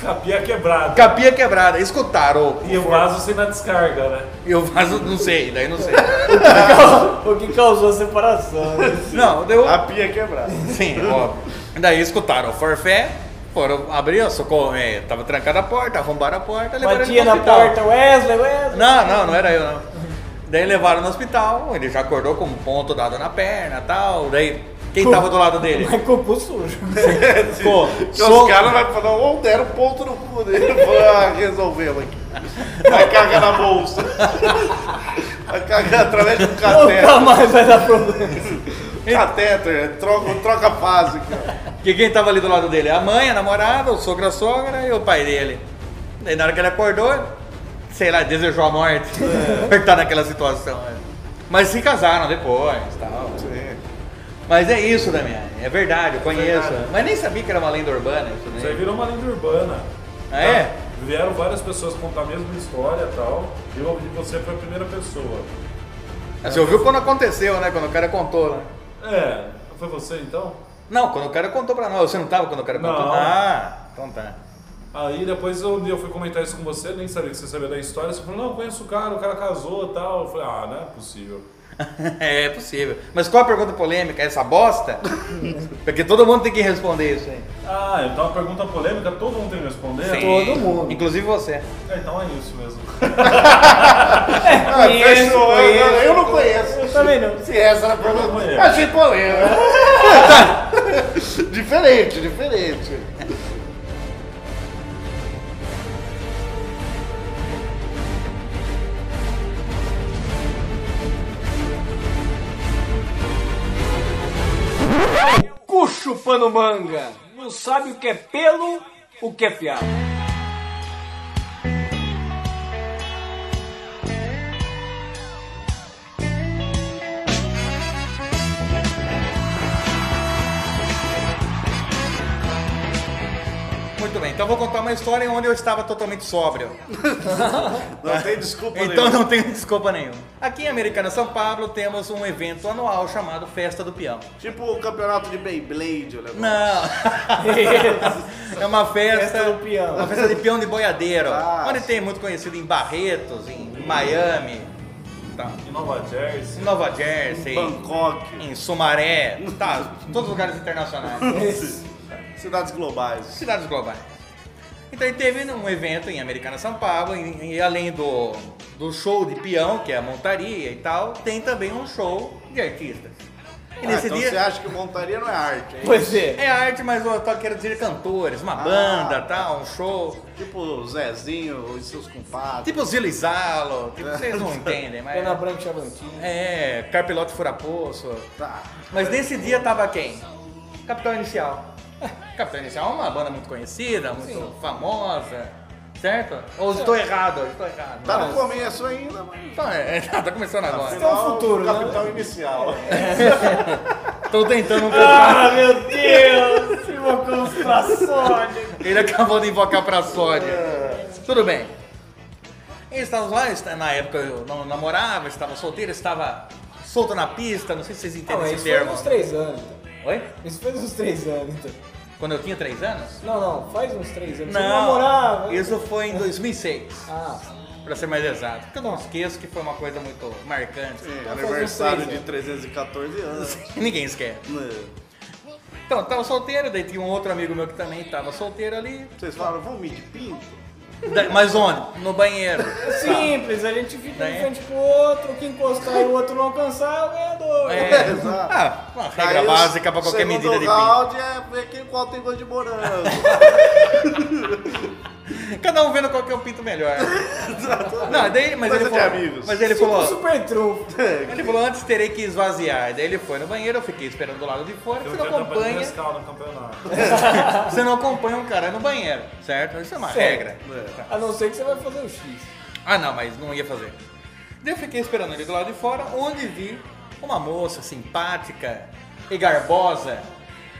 [SPEAKER 6] Capia quebrada.
[SPEAKER 4] Capia quebrada. Escutaram.
[SPEAKER 6] E o vaso sem na descarga, né?
[SPEAKER 4] E o vaso, não sei, daí não sei.
[SPEAKER 5] O que causou a separação? né?
[SPEAKER 4] Não, deu.
[SPEAKER 3] A pia é quebrada.
[SPEAKER 4] Sim, óbvio. Daí escutaram o forfé. Foram abrir, socorro. É, tava trancada a porta, arrombaram a porta, levaram ele
[SPEAKER 5] Batia
[SPEAKER 4] pro
[SPEAKER 5] na
[SPEAKER 4] hospital.
[SPEAKER 5] porta, Wesley, Wesley.
[SPEAKER 4] Não, não, não era eu não. Daí levaram no hospital, ele já acordou com um ponto dado na perna e tal. Daí, quem tava do lado dele?
[SPEAKER 5] Mas com o cu sujo.
[SPEAKER 4] Pô,
[SPEAKER 3] Porque
[SPEAKER 4] sou-
[SPEAKER 3] os caras vão falar, ou deram um ponto no cu dele. Vai resolvê-lo aqui. Vai cagar na bolsa. Vai cagar através de um
[SPEAKER 5] Nunca
[SPEAKER 3] cateter.
[SPEAKER 5] mais vai dar problema.
[SPEAKER 3] Cateter, é, troca, troca básica.
[SPEAKER 4] Porque quem tava ali do lado dele? A mãe, a namorada, o sogro, a sogra e o pai dele. Daí na hora que ele acordou, sei lá, desejou a morte. Por tá naquela situação. né? Mas se casaram depois tal. Mas é isso, Damian. É verdade, eu conheço.
[SPEAKER 6] Verdade.
[SPEAKER 4] Mas nem sabia que era uma lenda urbana isso,
[SPEAKER 6] Isso aí
[SPEAKER 4] né?
[SPEAKER 6] virou uma lenda urbana.
[SPEAKER 4] Ah, é?
[SPEAKER 6] Tá? Vieram várias pessoas contar a mesma história e tal. E eu ouvi que você foi a primeira pessoa.
[SPEAKER 4] Ah. Você ouviu quando aconteceu, né? Quando o cara contou, né?
[SPEAKER 6] É, foi você então?
[SPEAKER 4] Não, quando o cara contou pra nós. Você não tava quando o cara contou?
[SPEAKER 6] Não.
[SPEAKER 4] Ah, então tá.
[SPEAKER 6] Aí depois um eu, eu fui comentar isso com você, nem sabia que você sabia da história. Você falou, não, eu conheço o cara, o cara casou e tal. Eu falei, ah, não é possível.
[SPEAKER 4] é possível. Mas qual a pergunta polêmica? Essa bosta? Porque todo mundo tem que responder isso aí.
[SPEAKER 6] Ah, então a pergunta polêmica, todo mundo tem que responder?
[SPEAKER 5] Todo mundo.
[SPEAKER 4] Inclusive você.
[SPEAKER 6] É, então é isso mesmo.
[SPEAKER 3] Ah,
[SPEAKER 5] Conheço,
[SPEAKER 3] fechou. Eu-
[SPEAKER 5] conheço.
[SPEAKER 3] Eu não conheço.
[SPEAKER 5] Eu também não.
[SPEAKER 3] Se essa era a pergunta,
[SPEAKER 6] Olha.
[SPEAKER 3] achei polêmica. diferente, diferente.
[SPEAKER 5] Cu chupando manga. Não sabe o que é pelo, o que é fiado.
[SPEAKER 4] Muito bem, então eu vou contar uma história onde eu estava totalmente sóbrio.
[SPEAKER 3] Não tem desculpa
[SPEAKER 4] Então
[SPEAKER 3] nenhuma.
[SPEAKER 4] não tenho desculpa nenhuma. Aqui em Americana, São Paulo, temos um evento anual chamado Festa do Peão.
[SPEAKER 3] Tipo o campeonato de Beyblade, o negócio.
[SPEAKER 4] Não! é uma festa.
[SPEAKER 5] Festa do peão.
[SPEAKER 4] Uma festa de peão de boiadeiro.
[SPEAKER 3] Ah,
[SPEAKER 4] onde tem muito conhecido em Barretos, em Miami, tá,
[SPEAKER 6] Em Nova Jersey.
[SPEAKER 4] em Nova Jersey,
[SPEAKER 3] Bangkok,
[SPEAKER 4] em Sumaré, tá, em todos os lugares internacionais.
[SPEAKER 3] cidades globais.
[SPEAKER 4] cidades globais. Então ele teve um evento em Americana, São Paulo, e, e além do, do show de peão, que é a montaria e tal, tem também um show de artistas. E
[SPEAKER 3] Ah,
[SPEAKER 4] nesse
[SPEAKER 3] então
[SPEAKER 4] dia
[SPEAKER 3] você acha que montaria não é arte, hein?
[SPEAKER 5] Pois é.
[SPEAKER 4] é arte, mas eu tô querendo dizer cantores, uma
[SPEAKER 3] Ah,
[SPEAKER 4] banda, tal, um show.
[SPEAKER 3] Tipo o Zezinho e seus compadres.
[SPEAKER 4] Tipo Zilo e Zalo, tipo, vocês não entendem, mas.
[SPEAKER 5] Pena Branca e Chavantina.
[SPEAKER 4] É, Carpelote Furapoço.
[SPEAKER 3] Tá.
[SPEAKER 4] Mas nesse dia tava quem? Capitão Inicial. Capitão Inicial é uma banda muito conhecida, muito famosa, certo? Ou estou errado, estou errado.
[SPEAKER 3] Tá no começo ainda, mas.
[SPEAKER 4] Então, é, é, tá começando agora.
[SPEAKER 5] Então é o futuro, né?
[SPEAKER 3] Capital inicial.
[SPEAKER 4] É, Tô tentando um pouco.
[SPEAKER 5] Ah, meu Deus! Que invocamos pra Sony.
[SPEAKER 4] Ele acabou de invocar pra sódio. Tudo bem. Eles estavam lá, eles- na época eu não namorava, estava solteiro, estava solto na pista, não sei se vocês entendem
[SPEAKER 5] Não,
[SPEAKER 4] esse
[SPEAKER 5] isso foi
[SPEAKER 4] termo.
[SPEAKER 5] uns três anos. então.
[SPEAKER 4] Oi?
[SPEAKER 5] Isso faz uns três anos. então.
[SPEAKER 4] Quando eu tinha 3 anos?
[SPEAKER 5] Não, não, faz uns três
[SPEAKER 3] um
[SPEAKER 5] anos. Você namorava.
[SPEAKER 4] isso foi em 2006,
[SPEAKER 5] Ah,
[SPEAKER 4] pra ser mais exato. Porque eu
[SPEAKER 3] Tá.
[SPEAKER 4] não esqueço que foi uma coisa muito marcante.
[SPEAKER 3] Sim,
[SPEAKER 5] Tá
[SPEAKER 3] É, aniversário
[SPEAKER 5] fazendo
[SPEAKER 4] né?
[SPEAKER 3] de 314 anos.
[SPEAKER 4] Ninguém esquece.
[SPEAKER 3] Né?
[SPEAKER 4] Então, eu tava solteiro, daí tinha um outro amigo meu que também tava solteiro ali.
[SPEAKER 3] Vocês falaram, vamos me de pinto?
[SPEAKER 4] Da- Mas onde? No banheiro.
[SPEAKER 5] é simples, a gente fica
[SPEAKER 4] Né?
[SPEAKER 5] de frente pro outro, que encostar e o outro não alcançar é o ganhador.
[SPEAKER 4] É,
[SPEAKER 3] Exato.
[SPEAKER 4] ah, uma regra
[SPEAKER 3] Aí o
[SPEAKER 4] básica pra qualquer medida de
[SPEAKER 3] Segundo
[SPEAKER 4] pinto.
[SPEAKER 3] round é ver quem qual tem gosto de morango.
[SPEAKER 4] Cada um vendo qual que é o pinto melhor. Não, daí, mas
[SPEAKER 3] Coisa
[SPEAKER 4] ele
[SPEAKER 3] de
[SPEAKER 4] falou,
[SPEAKER 3] amigos.
[SPEAKER 4] Mas ele
[SPEAKER 5] Tipo um
[SPEAKER 4] falou,
[SPEAKER 5] super trunfo.
[SPEAKER 4] ele falou, antes terei que esvaziar. Daí ele foi no banheiro, eu fiquei esperando do lado de fora. Você não
[SPEAKER 3] um
[SPEAKER 4] acompanha,
[SPEAKER 6] no campeonato.
[SPEAKER 4] você não acompanha um cara no banheiro, certo? Isso é uma
[SPEAKER 5] Certo.
[SPEAKER 4] regra.
[SPEAKER 5] A não ser que você vai fazer o X.
[SPEAKER 4] Ah, não, mas não ia fazer. Daí eu fiquei esperando ele do lado de fora, onde vi uma moça simpática e garbosa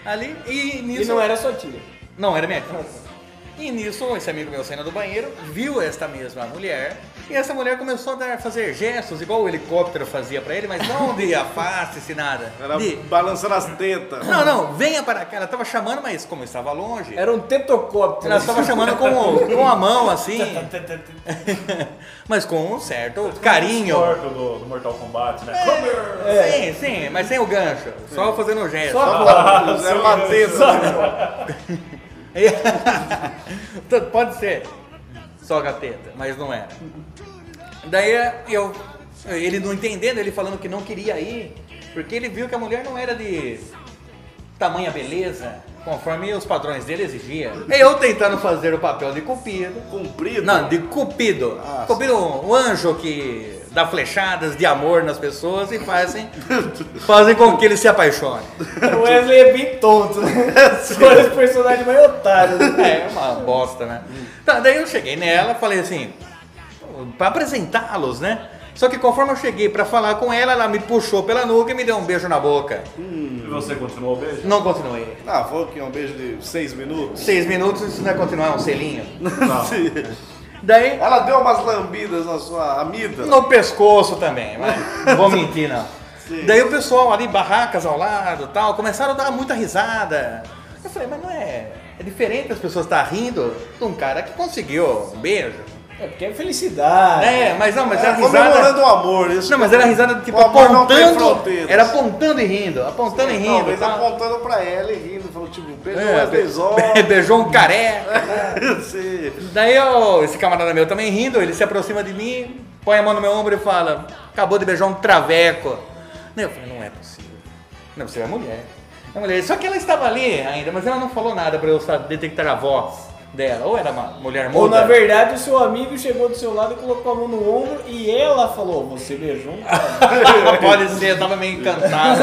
[SPEAKER 4] ali. E nisso.
[SPEAKER 5] E não era sua tia.
[SPEAKER 4] Não, era minha tia. E nisso, esse amigo meu saindo do banheiro viu esta mesma mulher. E essa mulher começou a dar, fazer gestos, igual o helicóptero fazia pra ele, mas não de afaste-se nada.
[SPEAKER 3] Era
[SPEAKER 4] De,
[SPEAKER 3] balançando as tetas.
[SPEAKER 4] não, não, venha para cá. Ela tava chamando, mas como eu estava longe,
[SPEAKER 5] Era um tetocóptero.
[SPEAKER 4] ela estava chamando com, o- com a mão assim. mas com um certo carinho.
[SPEAKER 6] Porco do, do Mortal Kombat, né? Comer!
[SPEAKER 4] Sim, sim, mas sem o gancho. É. Só fazendo o gesto.
[SPEAKER 5] Só
[SPEAKER 3] Óculos, Tá Era uma teta. né?
[SPEAKER 4] Então, Pode ser. Só gateta, mas não era. Daí é, eu. Ele não entendendo, ele falando que não queria ir, porque ele viu que a mulher não era de tamanha beleza, conforme os padrões dele exigia. Eu tentando fazer o papel de cupido.
[SPEAKER 3] Comprido.
[SPEAKER 4] Não, de cupido. cupido, o anjo que dá flechadas de amor nas pessoas e fazem, fazem com que ele se apaixone.
[SPEAKER 5] O Wesley é bem tonto, né? Escolha os personagens mais otários.
[SPEAKER 4] É uma bosta, né? Tá, daí eu cheguei nela, falei assim, pra apresentá-los, né? Só que conforme eu cheguei pra falar com ela, ela me puxou pela nuca e me deu um beijo na boca.
[SPEAKER 6] E você continuou o beijo?
[SPEAKER 4] Não continuei.
[SPEAKER 3] Ah, foi que é um beijo de seis minutos.
[SPEAKER 4] Seis minutos, isso não é continuar, é um selinho.
[SPEAKER 3] Sim.
[SPEAKER 4] Daí,
[SPEAKER 3] Ela deu umas lambidas na sua amida.
[SPEAKER 4] no pescoço também, mas não vou mentir, não.
[SPEAKER 3] Sim.
[SPEAKER 4] Daí o pessoal ali, barracas ao lado tal, começaram a dar muita risada. Eu falei, mas não é... É diferente as pessoas estar rindo de um cara que conseguiu um beijo.
[SPEAKER 5] É porque é felicidade.
[SPEAKER 4] É, mas não, mas
[SPEAKER 3] É,
[SPEAKER 4] a risada...
[SPEAKER 3] comemorando o amor. Isso
[SPEAKER 4] Não, mas
[SPEAKER 3] que-
[SPEAKER 4] era risada tipo
[SPEAKER 3] o amor não tem
[SPEAKER 4] apontando.
[SPEAKER 3] fronteiras.
[SPEAKER 4] Era apontando e rindo, apontando e rindo.
[SPEAKER 3] Talvez
[SPEAKER 4] tá?
[SPEAKER 3] apontando pra ela e rindo. Falou, tipo, beijo
[SPEAKER 4] É,
[SPEAKER 3] é,
[SPEAKER 4] be-
[SPEAKER 3] Wesley
[SPEAKER 4] beijou um careca.
[SPEAKER 3] Sim.
[SPEAKER 4] Daí ó, esse camarada meu também rindo, ele se aproxima de mim, põe a mão no meu ombro e fala: Acabou de beijar um traveco. Daí Eu falei: Não é possível. Não é possível, é mulher. É mulher. Só que ela estava ali ainda, mas ela não falou nada pra eu sa- detectar a voz dela. Ou era uma mulher muda.
[SPEAKER 5] Ou na verdade o seu amigo chegou do seu lado e colocou a mão no ombro e ela falou, você beijou um cara?"
[SPEAKER 4] Pode ser, eu tava meio encantado.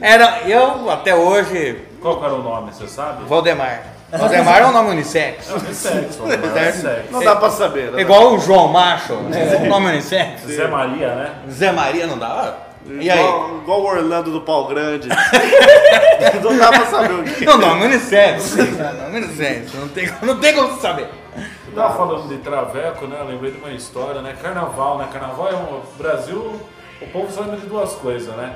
[SPEAKER 4] Era, eu até hoje,
[SPEAKER 6] Qual que era o nome, você sabe?
[SPEAKER 4] Valdemar. Valdemar é um nome unissex.
[SPEAKER 6] É sexo, mano. É
[SPEAKER 4] Certo.
[SPEAKER 6] sexo.
[SPEAKER 3] Não dá pra saber, né?
[SPEAKER 4] É Igual o João Macho, né? nome unissex.
[SPEAKER 6] Zé Maria, né?
[SPEAKER 4] Zé Maria não dá? E aí?
[SPEAKER 3] Igual, igual o Orlando do Pau Grande. não dá pra saber o que.
[SPEAKER 4] Não, é nome unissex. Nome unissex. Não tem, não tem como saber.
[SPEAKER 6] Eu Tava falando de traveco, né? Eu lembrei de uma história, né? Carnaval, né? Carnaval é um. Brasil, o povo só lembra de duas coisas, né?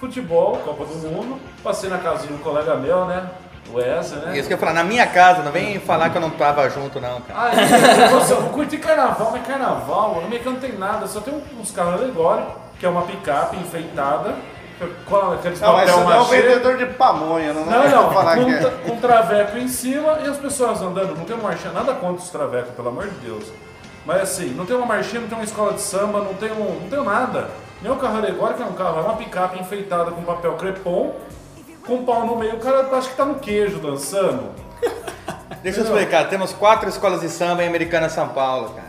[SPEAKER 6] Futebol, Copa do Mundo. Passei na casa de um colega meu, né? O Essa, né?
[SPEAKER 4] Isso que eu ia falar, na minha casa, não vem falar que eu não tava junto, não, cara.
[SPEAKER 6] Ah, é, nossa, eu curti carnaval, mas carnaval, no meio que não tem nada, só tem um- uns carros alegóricos, que é uma picape enfeitada, com aqueles
[SPEAKER 3] Não, mas
[SPEAKER 6] papel
[SPEAKER 3] você não é um
[SPEAKER 6] machê.
[SPEAKER 3] vendedor de pamonha, não dá
[SPEAKER 6] Então, Não, não, tá-
[SPEAKER 3] pra falar
[SPEAKER 6] com,
[SPEAKER 3] que
[SPEAKER 6] tra-
[SPEAKER 3] é.
[SPEAKER 6] com traveco em cima e as pessoas andando, não tem marcha, nada contra os travecos, pelo amor de Deus. Mas assim, não tem uma marchinha, não tem uma escola de samba, não tem, um, não tem nada. Nem um carro alegórico é um carro, é uma picape enfeitada com papel crepom, com um pau no meio. O cara acha que tá no queijo dançando.
[SPEAKER 4] Deixa eu explicar, temos quatro escolas de samba em Americana São Paulo, cara.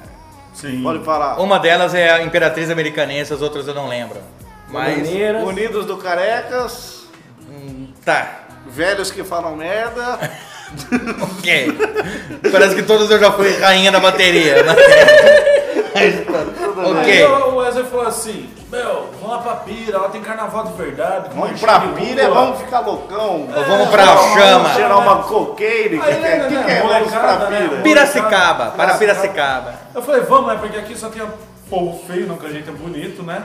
[SPEAKER 6] Sim.
[SPEAKER 3] Pode falar.
[SPEAKER 4] Uma delas é a Imperatriz Americanense, as outras eu não lembro. Mas.
[SPEAKER 5] Maneiras.
[SPEAKER 3] Unidos do Carecas,
[SPEAKER 4] Tá,
[SPEAKER 3] velhos que falam merda.
[SPEAKER 4] ok. Parece que todas eu já fui rainha da bateria. né? Mas tá tudo bem.
[SPEAKER 6] Aí
[SPEAKER 4] ok.
[SPEAKER 3] é.
[SPEAKER 6] o Wesley falou assim, meu, vamos lá pra Pira, lá tem carnaval de verdade. com
[SPEAKER 3] Vamos
[SPEAKER 6] marchinha
[SPEAKER 3] pra
[SPEAKER 6] de
[SPEAKER 3] pilha,
[SPEAKER 6] rua.
[SPEAKER 3] vamos ficar loucão.
[SPEAKER 4] Vamos pra chama.
[SPEAKER 3] Gerar uma coqueira. O que,
[SPEAKER 6] Aí,
[SPEAKER 3] que, é-
[SPEAKER 6] né,
[SPEAKER 3] que, que
[SPEAKER 6] né,
[SPEAKER 3] é? Vamos pra
[SPEAKER 6] molecada, né?
[SPEAKER 3] pilha.
[SPEAKER 4] Piracicaba, para Piracicaba.
[SPEAKER 6] Eu falei, vamos, né? Porque aqui só tinha povo feio, não que a gente é bonito, né?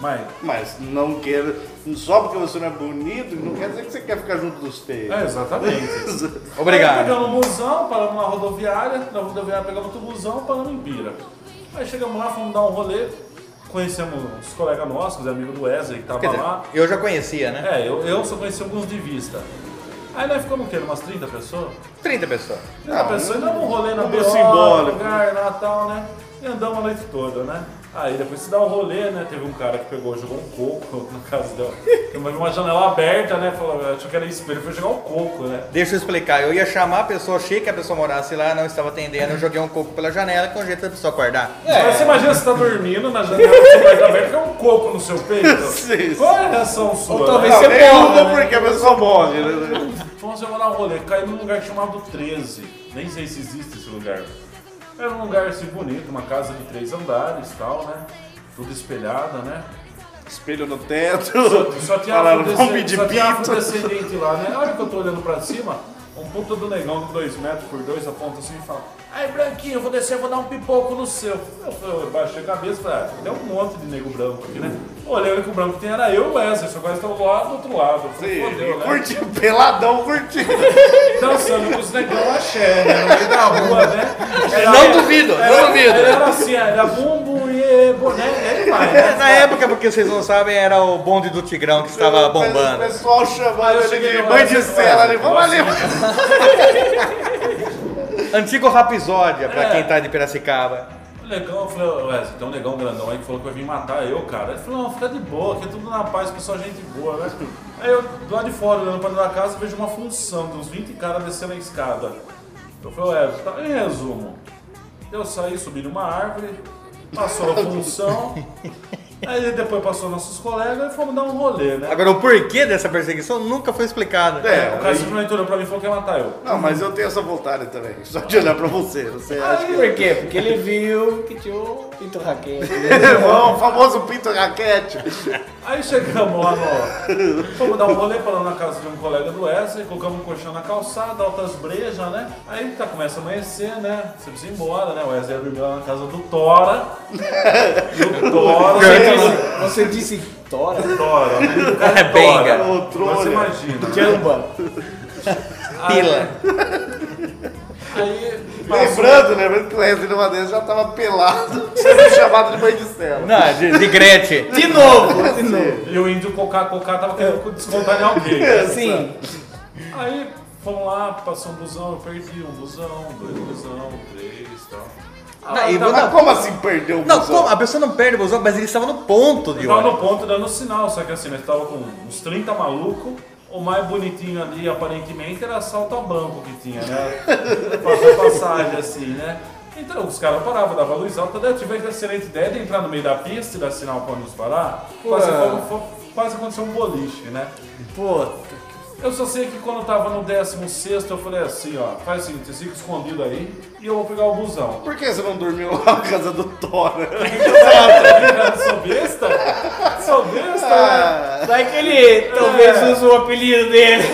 [SPEAKER 6] Mas.
[SPEAKER 3] Mas não quero. Só porque você não é bonito, não quer dizer que você quer ficar junto dos feios.
[SPEAKER 6] É, exatamente. Aí
[SPEAKER 4] Obrigado.
[SPEAKER 6] pegamos um busão, paramos na rodoviária, na rodoviária pegamos outro busão, paramos em Bira. Aí chegamos lá, fomos dar um rolê, conhecemos uns colegas nossos, amigos do Wesley que tava
[SPEAKER 4] Quer dizer,
[SPEAKER 6] lá.
[SPEAKER 4] eu já conhecia, né?
[SPEAKER 6] É, eu, eu só conheci alguns de vista. Aí nós ficamos o quê? Umas 30 pessoas?
[SPEAKER 4] 30 pessoas.
[SPEAKER 6] Não, a pessoa ainda um rolê na
[SPEAKER 3] número
[SPEAKER 6] BO,
[SPEAKER 3] simbólico.
[SPEAKER 6] lugar, Natal, né? E andamos a noite toda, né? Aí depois se dá um rolê, né? Teve um cara que pegou, jogou um coco, no caso dela. Tem uma- uma janela aberta, né? Falou, achou que era espelho, foi jogar um coco, né?
[SPEAKER 4] Deixa eu explicar, eu ia chamar a pessoa, achei que a pessoa morasse lá, não estava atendendo, eu joguei um coco pela janela com o jeito da pessoa acordar.
[SPEAKER 6] Mas você imagina você tá dormindo na janela com a porta aberta, tem um coco no seu peito.
[SPEAKER 3] Sim,
[SPEAKER 6] Qual é a reação sua? é, Ou
[SPEAKER 5] talvez-
[SPEAKER 3] Não,
[SPEAKER 5] Você
[SPEAKER 3] nem
[SPEAKER 5] pode,
[SPEAKER 3] muda
[SPEAKER 5] né?
[SPEAKER 3] porque a pessoa morre. né?
[SPEAKER 6] Fomos dar um rolê, caí num lugar chamado 13. Nem sei se existe esse lugar. Era um lugar assim bonito, uma casa de três andares e tal, né? Tudo espelhada, né?
[SPEAKER 3] Espelho no teto.
[SPEAKER 6] Só tinha
[SPEAKER 3] Falaram,
[SPEAKER 6] afrodescendente-
[SPEAKER 3] vamos pedir
[SPEAKER 6] só tinha
[SPEAKER 3] pinto.
[SPEAKER 6] afrodescendente lá, né? A hora que eu tô olhando pra cima, um puta do negão de 2 metros por 2 aponta assim e fala: Aí, branquinho, eu vou descer, eu vou dar um pipoco no seu. Eu, falei, eu baixei a cabeça e falei: ah, tem um monte de nego branco aqui, né? Olhei, o único branco que tem era eu e o Wesley, só quase tava lá do outro lado. Eu falei: fodeu, né?
[SPEAKER 3] Curtindo, peladão, curtindo.
[SPEAKER 6] Dançando com os negão axé, né? No meio da rua, né? Era-
[SPEAKER 4] Não duvido, não duvido.
[SPEAKER 6] Era assim, era bumbo e boné, é demais, né?
[SPEAKER 4] Na época, porque vocês não sabem, era o bonde do Tigrão que estava
[SPEAKER 3] O
[SPEAKER 4] bombando.
[SPEAKER 3] pessoal chamando
[SPEAKER 6] eu
[SPEAKER 3] ele
[SPEAKER 6] cheguei
[SPEAKER 3] de
[SPEAKER 6] lá,
[SPEAKER 3] mãe de
[SPEAKER 6] assim,
[SPEAKER 3] cela.
[SPEAKER 6] olha,
[SPEAKER 3] ali, Vamos ali.
[SPEAKER 4] Antigo Rapisódia, pra
[SPEAKER 6] É.
[SPEAKER 4] quem tá de Piracicaba.
[SPEAKER 6] O negão, eu falei, ué, tem um negão grandão aí que falou que vai vir matar eu, cara. Ele falou, não, fica de boa, aqui é tudo na paz, pessoal, gente boa, né? Aí eu, do lado de fora, olhando pra dentro da casa, vejo uma função de uns 20 caras descendo a escada. Eu falei, ué, tá- em resumo, eu saí, subi numa árvore, passou a função, aí depois passou nossos colegas e fomos dar um rolê, né?
[SPEAKER 4] Agora, o porquê dessa perseguição nunca foi
[SPEAKER 5] É.
[SPEAKER 4] explicado.
[SPEAKER 6] O cara simplesmente olhou pra mim e falou que ia matar eu.
[SPEAKER 3] Não, mas eu tenho essa vontade também. Só de olhar pra você. Você acha que.
[SPEAKER 5] Por quê? Porque ele viu que tinha o Pinto Raquete.
[SPEAKER 3] Irmão, é o famoso pinto raquete.
[SPEAKER 6] Aí chegamos lá no. Fomos dar um rolê parando na casa de um colega do Wesley, colocamos um colchão na calçada, altas brejas, né? Aí tá, começa a amanhecer, né? Você precisa ir embora, né? O Wesley dormiu lá na casa do Tora. E o Tora. né?
[SPEAKER 5] Você disse- Você disse Tora?
[SPEAKER 6] Tora, né? O cara
[SPEAKER 4] É benga.
[SPEAKER 6] Tora.
[SPEAKER 3] O Tora.
[SPEAKER 6] Mas imagina.
[SPEAKER 5] Jamba.
[SPEAKER 4] Ah, Pila.
[SPEAKER 6] Aí. passou-
[SPEAKER 3] Lembrando, lembrando que o Wesley numa dessas já tava pelado, sendo chamado de mãe de cela.
[SPEAKER 4] Não, ah, de, de Gretchen.
[SPEAKER 5] De novo! De novo.
[SPEAKER 6] E o índio cocá cocá tava querendo descontar em alguém. né?
[SPEAKER 5] Sim.
[SPEAKER 6] Aí fomos lá, passou um busão, eu perdi um busão, dois busão, três e tal.
[SPEAKER 4] Não, e vou
[SPEAKER 3] Mas
[SPEAKER 4] dar-
[SPEAKER 3] como assim perdeu o
[SPEAKER 4] Não,
[SPEAKER 3] busão?
[SPEAKER 4] como? A pessoa não perde o busão, mas ele estava no ponto de
[SPEAKER 6] Eu tava
[SPEAKER 4] ônibus.
[SPEAKER 6] no ponto dando sinal, só que assim, nós tava com uns 30 malucos. O mais bonitinho ali, aparentemente, era assalto a banco que tinha, né? Passar passagem, assim, né? Então, os caras paravam, dava luz alta. Daí eu tive a excelente ideia de entrar no meio da pista e dar sinal pra nos parar. Quase, foi- foi- quase aconteceu um boliche, né?
[SPEAKER 5] Puta.
[SPEAKER 6] Eu só sei que quando eu tava no 16 eu falei assim, ó, faz o seguinte, fica escondido aí e eu vou pegar o busão.
[SPEAKER 3] Por que você não dormiu lá na casa do Tora?
[SPEAKER 6] Tá Sou besta? Sou besta, né?
[SPEAKER 3] Ah,
[SPEAKER 5] Vai que ele talvez use o apelido dele.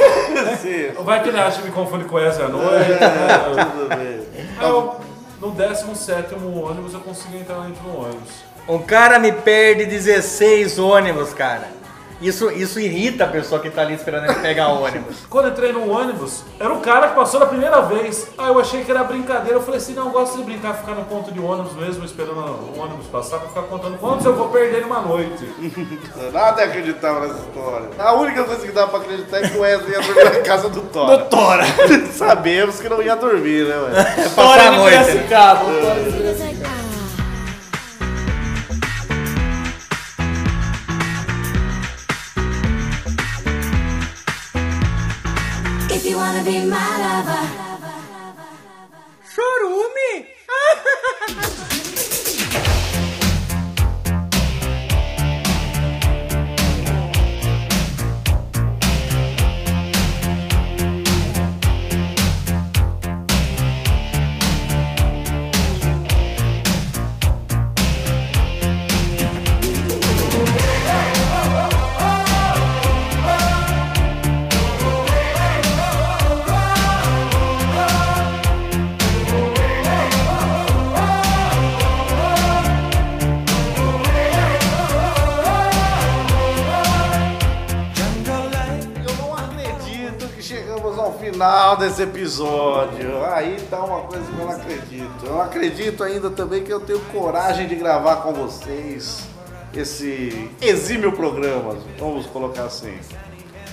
[SPEAKER 3] sim.
[SPEAKER 6] Vai que ele acha que me confunde com essa à noite. né?
[SPEAKER 3] Tudo bem.
[SPEAKER 6] é? Aí eu, no 17 ônibus eu consegui entrar lá dentro do ônibus.
[SPEAKER 4] Um cara me perde 16 ônibus, cara. Isso, isso irrita a pessoa que tá ali esperando ele pegar o ônibus.
[SPEAKER 6] Quando eu entrei no ônibus, era o cara que passou da primeira vez. Aí eu achei que era brincadeira. Eu falei assim: não, eu gosto de brincar, ficar no ponto de ônibus mesmo, esperando o ônibus passar, pra ficar contando quantos eu vou perder numa noite.
[SPEAKER 3] Nada acreditava nessa história. A única coisa que dá pra acreditar é que o Wesley ia dormir na casa do Tora. Do Tora! Sabemos que não ia dormir, né, Wesley?
[SPEAKER 4] Passar a
[SPEAKER 5] de
[SPEAKER 4] noite. né?
[SPEAKER 5] Piracicaba. Tora de Piracicaba.
[SPEAKER 7] Like I wanna be my lover?
[SPEAKER 2] Chorume?
[SPEAKER 3] Eu não acredito que chegamos ao final desse episódio. Aí tá uma coisa que eu não acredito. Eu não acredito ainda também que eu tenho coragem de gravar com vocês esse exímio programa. Vamos colocar assim.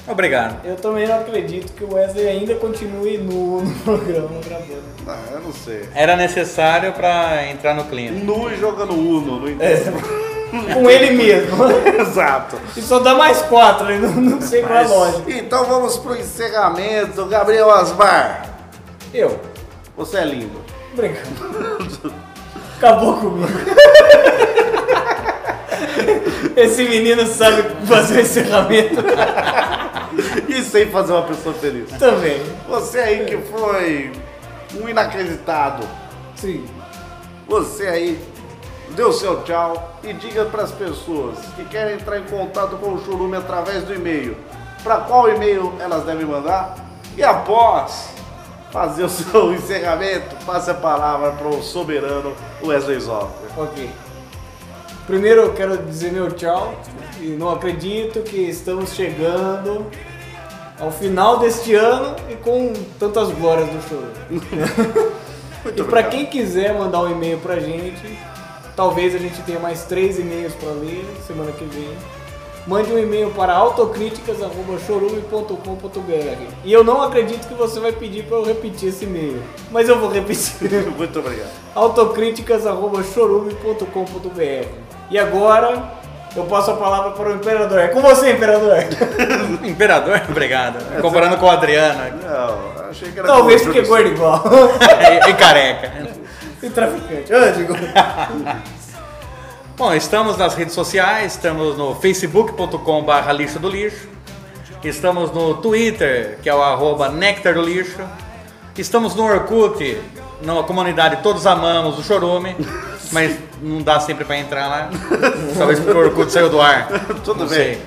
[SPEAKER 4] Obrigado.
[SPEAKER 5] Eu também não acredito que o Wesley ainda continue nu no programa gravando.
[SPEAKER 3] Ah, eu não sei.
[SPEAKER 4] Era necessário pra entrar no clima.
[SPEAKER 3] Nu e jogando Uno, não
[SPEAKER 5] É.
[SPEAKER 3] entendo.
[SPEAKER 5] Com ele mesmo.
[SPEAKER 3] Exato.
[SPEAKER 5] E só dá mais quatro, aí, não, não sei qual é a lógica.
[SPEAKER 3] Então vamos pro encerramento. Gabriel Asmar,
[SPEAKER 5] Eu,
[SPEAKER 3] você é lindo.
[SPEAKER 5] brincando. Acabou comigo. Esse menino sabe fazer encerramento
[SPEAKER 3] E sem fazer uma pessoa feliz.
[SPEAKER 5] também.
[SPEAKER 3] Você aí que foi um inacreditado.
[SPEAKER 5] Sim.
[SPEAKER 3] Você aí dê o seu tchau e diga para as pessoas que querem entrar em contato com o Churume através do e-mail. Para qual e-mail elas devem mandar? E após fazer o seu encerramento, passe a palavra para o soberano Wesley Zoffer.
[SPEAKER 5] Ok. Primeiro eu quero dizer meu tchau e não acredito que estamos chegando ao final deste ano e com tantas glórias do show.
[SPEAKER 3] Muito
[SPEAKER 5] E para
[SPEAKER 3] obrigado.
[SPEAKER 5] quem quiser mandar um e-mail pra gente, talvez a gente tenha mais três e-mails para ler semana que vem. Mande um e-mail para autocríticas@chorume.com.br. E eu não acredito que você vai pedir para eu repetir esse e-mail, mas eu vou repetir.
[SPEAKER 3] Muito obrigado.
[SPEAKER 5] autocríticas.chorume.com.br. E agora eu passo a palavra para o imperador. É com você, imperador.
[SPEAKER 4] Imperador, obrigado. Me
[SPEAKER 3] é
[SPEAKER 4] Comparando com o Adriano.
[SPEAKER 3] Não, achei que era
[SPEAKER 5] Talvez
[SPEAKER 3] com o
[SPEAKER 5] porque é gordo
[SPEAKER 3] Júlio
[SPEAKER 5] igual.
[SPEAKER 4] e, e careca.
[SPEAKER 5] e traficante. Eu digo.
[SPEAKER 4] Bom, estamos nas redes sociais, estamos no facebook.com.br lixo do lixo, estamos no Twitter, que é o arroba Nectar do Lixo, estamos no Orkut, na comunidade Todos Amamos o Chorume, mas não dá sempre pra entrar lá, talvez porque o Orkut saiu do ar.
[SPEAKER 3] Tudo
[SPEAKER 4] não
[SPEAKER 3] bem.
[SPEAKER 4] sei.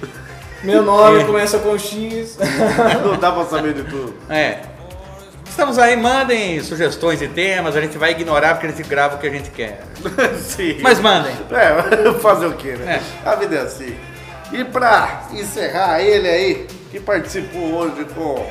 [SPEAKER 5] Meu
[SPEAKER 3] É.
[SPEAKER 5] nome começa com X.
[SPEAKER 3] Santos. Não dá para saber de tudo.
[SPEAKER 4] É. Estamos aí, mandem sugestões e temas, a gente vai ignorar porque a gente grava o que a gente quer.
[SPEAKER 3] Sim.
[SPEAKER 4] Mas mandem.
[SPEAKER 3] É, fazer o quê, né? A vida é assim. E pra encerrar, ele aí, que participou hoje com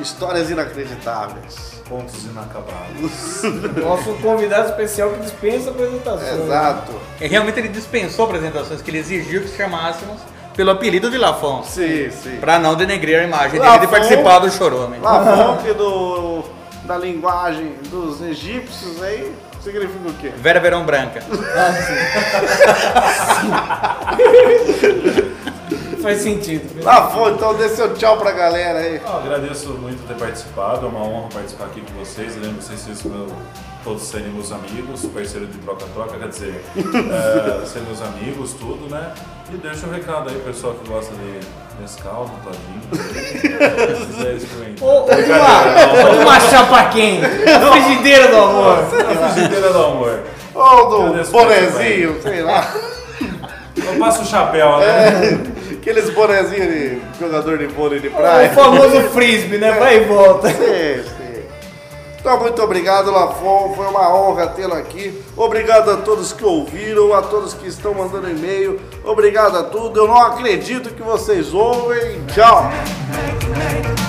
[SPEAKER 3] histórias inacreditáveis.
[SPEAKER 6] Pontos inacabados.
[SPEAKER 5] Nosso convidado especial que dispensa apresentações.
[SPEAKER 3] Exato.
[SPEAKER 4] E É, realmente ele dispensou apresentações que ele exigiu que chamássemos pelo apelido de Lafon.
[SPEAKER 3] Sim, sim.
[SPEAKER 4] Pra não denegrir a imagem dele
[SPEAKER 3] Lafon.
[SPEAKER 4] de participar do chorome.
[SPEAKER 3] A fonte do, da linguagem dos egípcios aí significa o quê?
[SPEAKER 4] Vera Verão Branca.
[SPEAKER 5] Faz sentido.
[SPEAKER 3] Lá foi, então dê seu tchau pra galera aí.
[SPEAKER 6] Ah, agradeço muito ter participado, é uma honra participar aqui com vocês. Eu lembro que vocês são meu- todos serem meus amigos, parceiro de troca-troca, quer dizer, é, ser meus amigos, tudo, né? E deixa o recado aí, pessoal que gosta de Nescau, montadinho, se quiser
[SPEAKER 5] Ô,
[SPEAKER 6] experimentar.
[SPEAKER 5] ô, uma, uma chapa quente. A frigideira do amor.
[SPEAKER 6] A frigideira é do amor.
[SPEAKER 3] Ou do
[SPEAKER 6] Agradeço
[SPEAKER 3] bonezinho, sei lá.
[SPEAKER 6] Eu passo o chapéu,
[SPEAKER 5] É.
[SPEAKER 6] né?
[SPEAKER 3] Aqueles bonezinhos de jogador de vôlei de praia.
[SPEAKER 5] O famoso frisbee, né? Vai e volta.
[SPEAKER 3] Sim, sim. Então, muito obrigado, Lafon. Foi uma honra tê-lo aqui. Obrigado a todos que ouviram, a todos que estão mandando e-mail. Obrigado a tudo. Eu não acredito que vocês ouvem. Tchau.
[SPEAKER 7] Make, make,